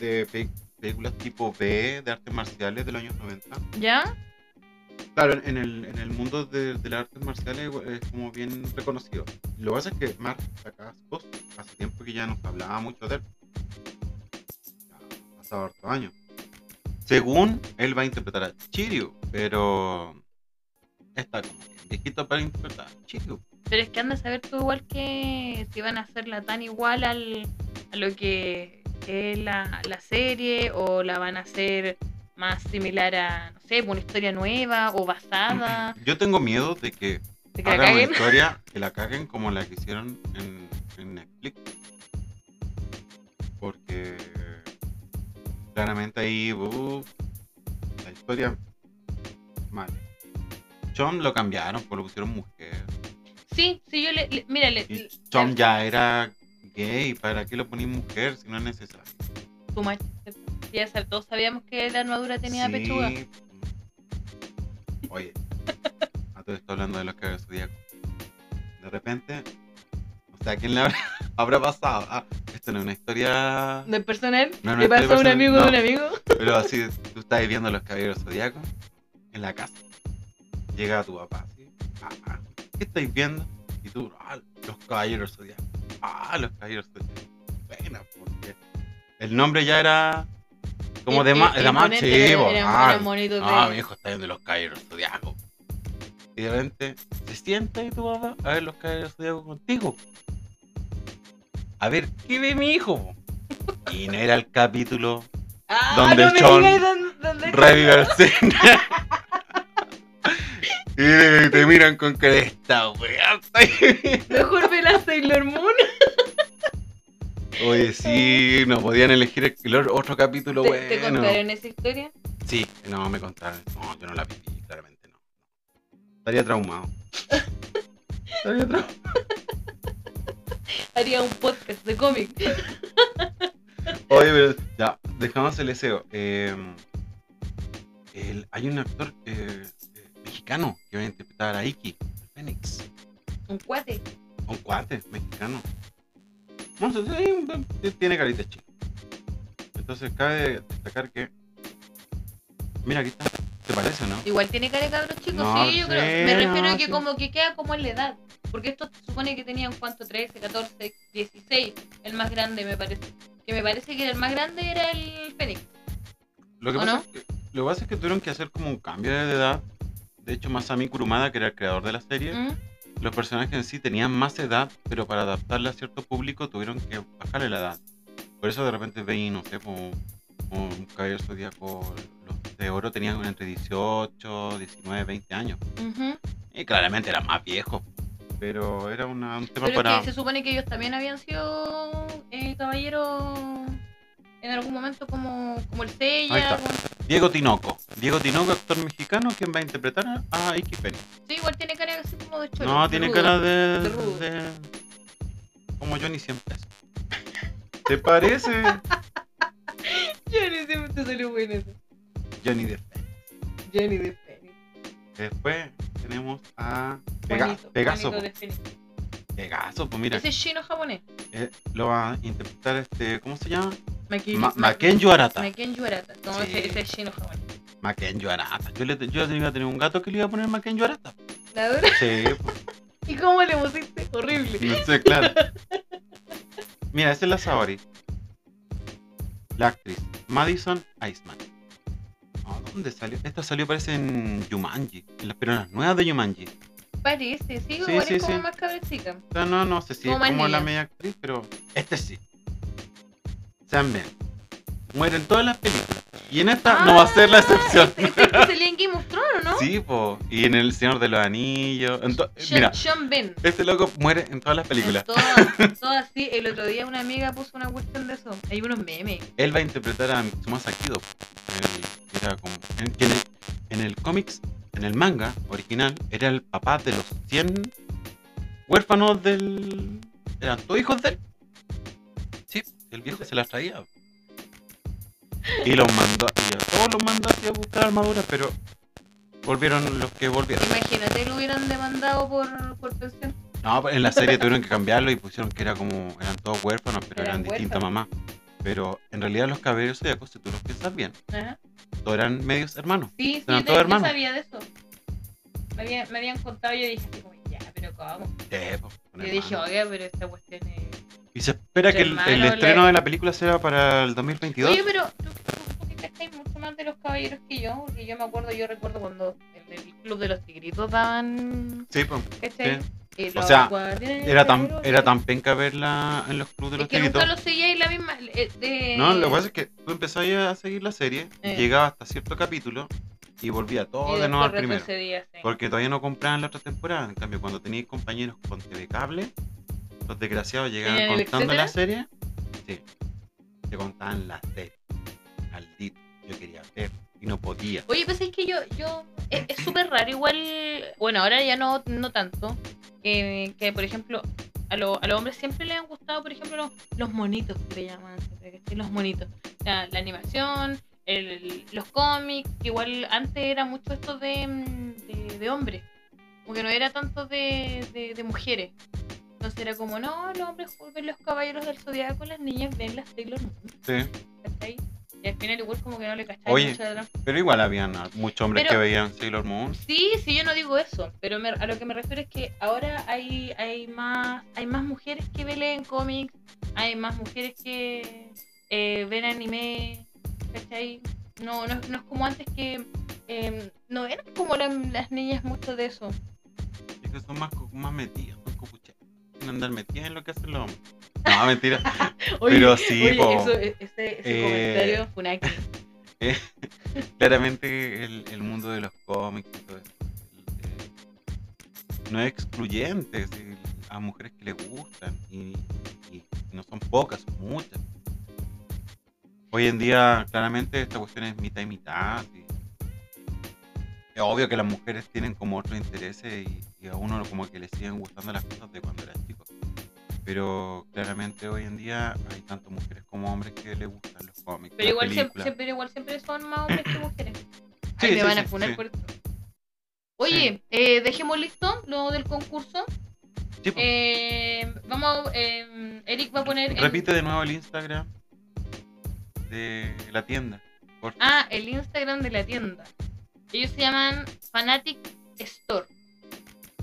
Speaker 1: de pe- películas tipo B, de artes marciales de los años 90.
Speaker 2: ¿Ya?
Speaker 1: Claro, en el, en el mundo de, de las artes marciales eh, es como bien reconocido. Lo que pasa es que Mark Dacascos hace tiempo que ya nos hablaba mucho de él. Ya ha pasado harto años. Según él va a interpretar a Chiryu, pero está como que viejito para interpretar a Chiryu.
Speaker 2: Pero es que anda a saber tú igual que si van a hacerla tan igual al, a lo que es la, la serie o la van a hacer más similar a, no sé, una historia nueva o basada.
Speaker 1: Yo tengo miedo de que
Speaker 2: de que la
Speaker 1: hagan una
Speaker 2: caguen.
Speaker 1: historia que la caguen como la que hicieron en, en Netflix. Porque claramente ahí uh, la historia mal. Chom lo cambiaron, pues lo pusieron mujer.
Speaker 2: Sí, sí, yo le, le- mira, le-
Speaker 1: Y
Speaker 2: le-
Speaker 1: Chom ya era gay, ¿para qué lo poní mujer si no es necesario?
Speaker 2: tu macho, ya sab- todos sabíamos que la armadura tenía
Speaker 1: Sí.
Speaker 2: pechuga.
Speaker 1: Oye, a todo esto hablando de los cabezas zodiacos. De repente, o sea, ¿quién le habrá, habrá pasado? Ah, esto no es una historia.
Speaker 2: Del personal,
Speaker 1: No, no,
Speaker 2: le
Speaker 1: estoy
Speaker 2: pasó a un
Speaker 1: personal,
Speaker 2: amigo
Speaker 1: no.
Speaker 2: de un amigo.
Speaker 1: Pero así, tú estás viendo los caballeros zodiacos en la casa. Llega tu papá, así. "Papá, ¿Qué estáis viendo? Y tú, ah, los caballeros zodiacos. Ah, los caballeros zodiacos. Pena, porque el nombre ya era como
Speaker 2: Eh,
Speaker 1: de ma- era más chivo. Ah,
Speaker 2: bonito
Speaker 1: Ah, mi hijo está viendo los caballeros zodiacos. Y de repente se sienta ahí tu papá a ver los caballeros zodiacos contigo. A ver, ¿qué ve mi hijo? Y no era el capítulo
Speaker 2: Ah,
Speaker 1: donde
Speaker 2: no me
Speaker 1: Chon
Speaker 2: digáis don- donde Chon-
Speaker 1: Revive al cine. y te miran con cresta, weón.
Speaker 2: Mejor ve la Sailor Moon.
Speaker 1: Oye, sí, no podían elegir el otro capítulo,
Speaker 2: ¿Te,
Speaker 1: bueno.
Speaker 2: te contaron esa historia?
Speaker 1: Sí, no, me contaron. No, yo no la viví, claramente no. Estaría traumado. Estaría traumado.
Speaker 2: Haría un podcast de cómic.
Speaker 1: Oye, pero ya, dejamos el deseo. Eh, el- hay un actor eh, eh, mexicano que va a interpretar a Iki, el Fénix.
Speaker 2: Un cuate.
Speaker 1: Un cuate mexicano. No sé, sí, un- sí, em, tiene carita chica. Entonces cabe destacar que. Mira, aquí está. ¿Te parece, no?
Speaker 2: Igual tiene cara de cabros chicos,
Speaker 1: No,
Speaker 2: sí, yo
Speaker 1: sí,
Speaker 2: creo. Me refiero
Speaker 1: no,
Speaker 2: a que
Speaker 1: sí.
Speaker 2: como que queda como en la edad. Porque estos se supone que tenían cuánto, 13, 14, 16. El más grande me parece. Que me parece que el más grande era el Fénix.
Speaker 1: Lo que,
Speaker 2: ¿O
Speaker 1: pasa
Speaker 2: no?
Speaker 1: es que, lo que pasa es que tuvieron que hacer como un cambio de edad. De hecho, Masami Kurumada, que era el creador de la serie,
Speaker 2: ¿Mm?
Speaker 1: los personajes en sí tenían más edad, pero para adaptarle a cierto público tuvieron que bajarle la edad. Por eso de repente veis, no sé, como, como un caballero zodiaco, los de oro tenían entre 18, 19, 20 años.
Speaker 2: Ujú.
Speaker 1: Y claramente eran más viejos. Pero era una- un tema
Speaker 2: Pero es
Speaker 1: para...
Speaker 2: que se supone que ellos también habían sido eh, caballeros en algún momento como, como el Seiya.
Speaker 1: Ahí está.
Speaker 2: como-
Speaker 1: Diego Tinoco. Diego Tinoco, actor mexicano, quien va a interpretar a Iki Pérez.
Speaker 2: Sí, igual tiene cara así como de choro.
Speaker 1: No, tiene
Speaker 2: rudo.
Speaker 1: cara de...
Speaker 2: de rudo.
Speaker 1: de- Como Johnny siempre. es. ¿Te parece?
Speaker 2: Yo ni siempre te salió bueno eso.
Speaker 1: Johnny de
Speaker 2: Yo ni de Fénix.
Speaker 1: Después tenemos a Pega-
Speaker 2: Juanito,
Speaker 1: Pegaso.
Speaker 2: Juanito de
Speaker 1: po.
Speaker 2: Fénix.
Speaker 1: Pegaso, pues mira,
Speaker 2: Ese es chino japonés.
Speaker 1: eh, lo va a interpretar este, ¿cómo se llama?
Speaker 2: Maki-
Speaker 1: Ma-
Speaker 2: Ma-
Speaker 1: Makenyo Arata.
Speaker 2: Makenyu Arata. No,
Speaker 1: Sí.
Speaker 2: ese, ese es chino japonés.
Speaker 1: Makenyo Arata. Yo le yo le iba a tener un gato que le iba a poner Makenyo Arata.
Speaker 2: ¿La dura?
Speaker 1: Sí, pues,
Speaker 2: ¿Y cómo le pusiste? Horrible.
Speaker 1: no sé, claro. Mira, esa es la Saori. La actriz Madison Iceman. No, ¿Dónde salió? Esta salió parece en Yumanji, en las peronas nuevas de Yumanji.
Speaker 2: Parece, sí,
Speaker 1: Sí,
Speaker 2: igual
Speaker 1: sí,
Speaker 2: es como
Speaker 1: sí.
Speaker 2: más cabrecita.
Speaker 1: O sea, no, no sé si
Speaker 2: Como
Speaker 1: es
Speaker 2: más
Speaker 1: como la
Speaker 2: niña.
Speaker 1: media actriz, pero este sí. Sam Ben. Muere en todas las películas. Y en esta no va a ser la excepción.
Speaker 2: Es el que salía Ah, en Game of Thrones, ¿no?
Speaker 1: Sí, po. Y en El Señor de los Anillos. en to-
Speaker 2: Sean-
Speaker 1: Mira,
Speaker 2: Sean Ben.
Speaker 1: este loco muere en todas las películas.
Speaker 2: En Todas, todas, sí. El otro día una amiga puso una cuestión de eso. Hay unos memes.
Speaker 1: Él va a interpretar a Mitsumasa Kido. el que era como- en, que en el, en el cómics, en el manga original, era el papá de los 100 huérfanos del... Eran todos hijos de él. Sí, el viejo se las traía. Y los mandó, y a todos los mandó así a buscar armaduras, pero volvieron los que volvieron.
Speaker 2: Imagínate, lo hubieran demandado por, por pensión.
Speaker 1: No, en la serie tuvieron que cambiarlo y pusieron que era como, eran todos huérfanos, pero eran,
Speaker 2: Eran
Speaker 1: distintas
Speaker 2: huérfanos.
Speaker 1: mamás. Pero en realidad los cabellos zodiacos, si tú los piensas bien,
Speaker 2: Ajá.
Speaker 1: todos eran medios hermanos.
Speaker 2: Sí, sí,
Speaker 1: Eran
Speaker 2: yo,
Speaker 1: todos
Speaker 2: yo
Speaker 1: hermanos.
Speaker 2: sabía de eso. Me, había- me habían contado y yo dije así como, ya, pero ¿cómo?
Speaker 1: Eh, po, un
Speaker 2: Yo
Speaker 1: hermano.
Speaker 2: dije, oiga, pero esta cuestión es...
Speaker 1: y se espera que el, el
Speaker 2: hermano,
Speaker 1: estreno
Speaker 2: le-
Speaker 1: de la película sea para el 2022.
Speaker 2: Oye, pero tú, tú- tú que cachai mucho más de de los caballeros que yo, porque yo me acuerdo, yo recuerdo cuando en el Club de los Tigritos daban,
Speaker 1: Sí, pues.
Speaker 2: ¿cachai?
Speaker 1: Sí.
Speaker 2: Y
Speaker 1: O
Speaker 2: los
Speaker 1: sea,
Speaker 2: guardianes
Speaker 1: Era tan,
Speaker 2: negros,
Speaker 1: era tan penca verla en los clubes de
Speaker 2: Es
Speaker 1: los
Speaker 2: que nunca
Speaker 1: tigritos.
Speaker 2: los seguía y la misma. eh, de-
Speaker 1: No, lo que pasa es que tú empezabas a seguir la serie,
Speaker 2: Eh.
Speaker 1: llegaba hasta cierto capítulo y volvía todo
Speaker 2: y
Speaker 1: de nuevo al
Speaker 2: después
Speaker 1: primero.
Speaker 2: retrocedía, sí.
Speaker 1: Porque todavía no compraban la otra temporada. En cambio, cuando tenías compañeros con TV Cable, los desgraciados llegaban
Speaker 2: Tenían el
Speaker 1: contando la serie. Sí. Te contaban la serie. Al día. Yo quería ver y no podía.
Speaker 2: Oye, pues es que yo, yo es es súper raro igual, bueno, ahora ya no, no tanto, que, que, por ejemplo, a, lo- a los hombres siempre les han gustado, por ejemplo, los, los monitos, que le llaman, siempre, ¿cachai? los monitos, la, la animación, el- los cómics, que igual antes era mucho esto de, mm, de, de hombres, como que no era tanto de, de, de mujeres. Entonces era como, no, los hombres ven los caballeros del zodiaco, las niñas ven las Sailor Moon,
Speaker 1: Sí.
Speaker 2: ¿cachai? Y al final igual como que no le cachai
Speaker 1: Oye.
Speaker 2: mucho de la
Speaker 1: Pero igual habían ah, muchos hombres
Speaker 2: Pero-
Speaker 1: que veían Sailor Moon.
Speaker 2: Sí, sí, yo no digo eso, pero me- a lo que me refiero es que ahora hay, hay más hay más mujeres que leen cómics, hay más mujeres que eh, ven anime, ¿cachai? No, no, es- no es como antes que eh, no eran como la- las niñas mucho de eso.
Speaker 1: Es que son más, co- más metidos, más copuchados. Sin andar metidos en lo que hacen los hombres. No, mentira. Pero sí,
Speaker 2: oye,
Speaker 1: po.
Speaker 2: eso- e- ese, ese
Speaker 1: Eh.
Speaker 2: comentario Funaki.
Speaker 1: claramente el, el mundo de los cómics y todo eso, el- eh, no es excluyente es decir, a mujeres que les gustan y, y no son pocas, son muchas. Hoy en día, claramente, esta cuestión es mitad y mitad. y es obvio que las mujeres tienen como otros intereses y, y a uno como que le siguen gustando las cosas de cuando era chico. Pero claramente hoy en día hay tanto mujeres como hombres que les gustan los cómics.
Speaker 2: Pero
Speaker 1: las
Speaker 2: igual siempre,
Speaker 1: películas.
Speaker 2: siempre- igual siempre son más hombres que mujeres.
Speaker 1: Sí,
Speaker 2: Ay, me
Speaker 1: sí,
Speaker 2: van a
Speaker 1: sí,
Speaker 2: funar
Speaker 1: sí.
Speaker 2: por esto. Oye, eh, dejemos listo lo del concurso.
Speaker 1: Sí, pues, po.
Speaker 2: Eh, vamos, eh, Eric va a poner. el-
Speaker 1: Repite de nuevo el Instagram de la tienda. por-
Speaker 2: ah, el Instagram de la tienda. Ellos se llaman Fanatic Store.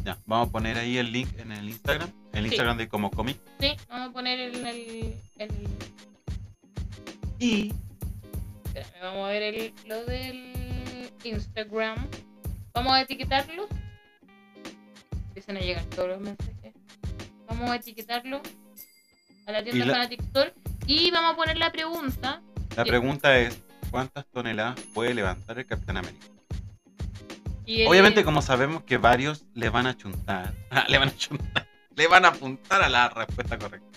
Speaker 1: Ya, vamos a poner ahí el link en el Instagram. El
Speaker 2: Sí.
Speaker 1: Instagram de como comic.
Speaker 2: Sí, vamos a poner el. el, el-
Speaker 1: Y
Speaker 2: espérame, vamos a ver el, lo del Instagram. Vamos a etiquetarlos. Empiezan a llegar todos los mensajes. Vamos a etiquetarlo a la tienda
Speaker 1: la-
Speaker 2: Fanatic Store. Y vamos a poner la pregunta.
Speaker 1: la
Speaker 2: Sí.
Speaker 1: pregunta es: ¿cuántas toneladas puede levantar el Capitán América?
Speaker 2: Y el-
Speaker 1: Obviamente, como sabemos que varios le van a chuntar. ah, le van a chuntar. Le van a apuntar a la respuesta correcta.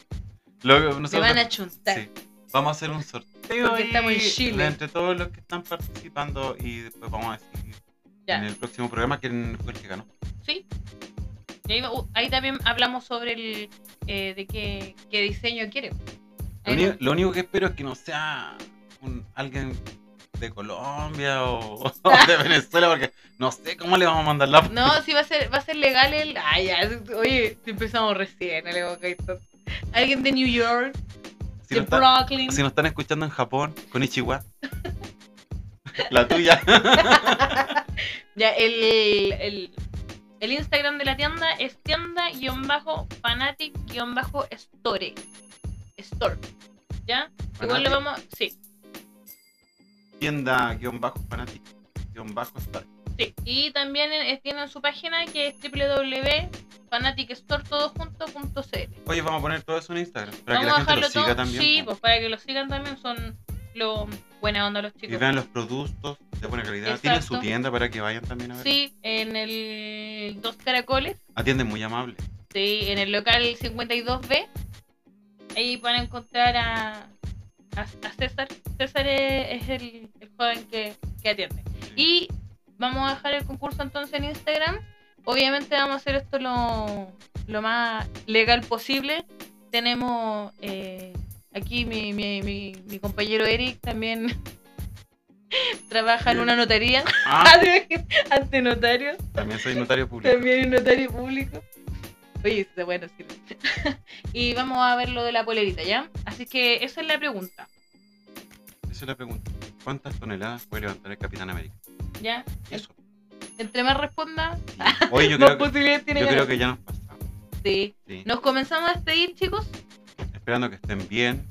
Speaker 1: Luego,
Speaker 2: Se
Speaker 1: nosotros-
Speaker 2: van a chuntar.
Speaker 1: Sí. Vamos a hacer un sorteo
Speaker 2: Porque
Speaker 1: ahí
Speaker 2: estamos en Chile.
Speaker 1: entre todos los que están participando y después vamos a decir
Speaker 2: Ya.
Speaker 1: en el próximo programa quién fue el que ganó.
Speaker 2: Sí. Y ahí, uh, ahí también hablamos sobre el eh, de qué, qué diseño quiere.
Speaker 1: Lo
Speaker 2: Ahí
Speaker 1: único,
Speaker 2: no-
Speaker 1: lo único que espero es que no sea un, alguien de Colombia o, o de Venezuela porque no sé cómo le vamos a mandar la...
Speaker 2: No, sí va a ser, va a ser legal el. Ay, ya, oye, si empezamos recién, no le voy a caer tanto. Alguien de New York,
Speaker 1: Si
Speaker 2: de
Speaker 1: nos, están,
Speaker 2: Brooklyn.
Speaker 1: si nos están escuchando en Japón, con Ichiwa. la tuya.
Speaker 2: Ya, el, el, el Instagram de la tienda es tienda-fanatic-store. Store. ¿Ya? Igual lo
Speaker 1: Fanatic.
Speaker 2: vamos. Sí.
Speaker 1: Tienda guión bajo fanatic guión bajo Star.
Speaker 2: Sí, y también eh, tienen su página que es www.fanaticstore.cl
Speaker 1: Oye, vamos a poner todo eso en Instagram para
Speaker 2: Vamos
Speaker 1: que la gente
Speaker 2: a
Speaker 1: lo
Speaker 2: dejarlo
Speaker 1: siga
Speaker 2: todo.
Speaker 1: también.
Speaker 2: sí,
Speaker 1: po.
Speaker 2: pues para que lo sigan también son los buena onda los
Speaker 1: y
Speaker 2: chicos.
Speaker 1: vean los productos de buena calidad. Tienen su
Speaker 2: Exacto.
Speaker 1: tienda para que vayan también a ver.
Speaker 2: Sí, en el Dos Caracoles,
Speaker 1: Atienden muy amable.
Speaker 2: sí, en el local 52B. Ahí van a encontrar a, a, a César. César es, es el, el joven que, que atiende. Y vamos a dejar el concurso entonces en Instagram. Obviamente vamos a hacer esto lo, lo más legal posible. Tenemos eh, aquí mi, mi, mi, mi compañero Eric también trabaja en una notaría,
Speaker 1: Ah,
Speaker 2: ante notario,
Speaker 1: también soy notario público.
Speaker 2: también es notario público. Oye, está bueno, sirve. y vamos a ver lo de la polerita, ¿ya? Así que esa es la pregunta,
Speaker 1: Esa es la pregunta. ¿Cuántas toneladas puede levantar el Capitán América?
Speaker 2: ¿ya?
Speaker 1: Eso.
Speaker 2: Entre más responda,
Speaker 1: Hoy yo
Speaker 2: más
Speaker 1: creo que,
Speaker 2: posibilidades tiene
Speaker 1: yo
Speaker 2: ganar.
Speaker 1: creo que ya nos pasamos.
Speaker 2: Sí.
Speaker 1: sí.
Speaker 2: Nos comenzamos a despedir, chicos.
Speaker 1: Esperando que estén bien.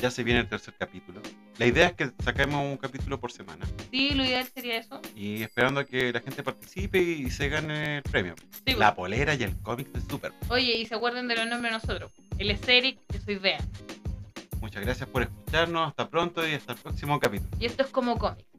Speaker 1: Ya se viene el tercer capítulo. La idea es que saquemos un capítulo por semana
Speaker 2: Sí, lo ideal sería eso.
Speaker 1: y esperando a que la gente participe y se gane el premio.
Speaker 2: Sí, pues.
Speaker 1: La polera y el cómic de Super.
Speaker 2: Oye, y se acuerden de los nombres de nosotros. Él es Eric, yo soy Bea.
Speaker 1: Muchas gracias por escucharnos. Hasta pronto y hasta el próximo capítulo.
Speaker 2: Y esto es como cómics.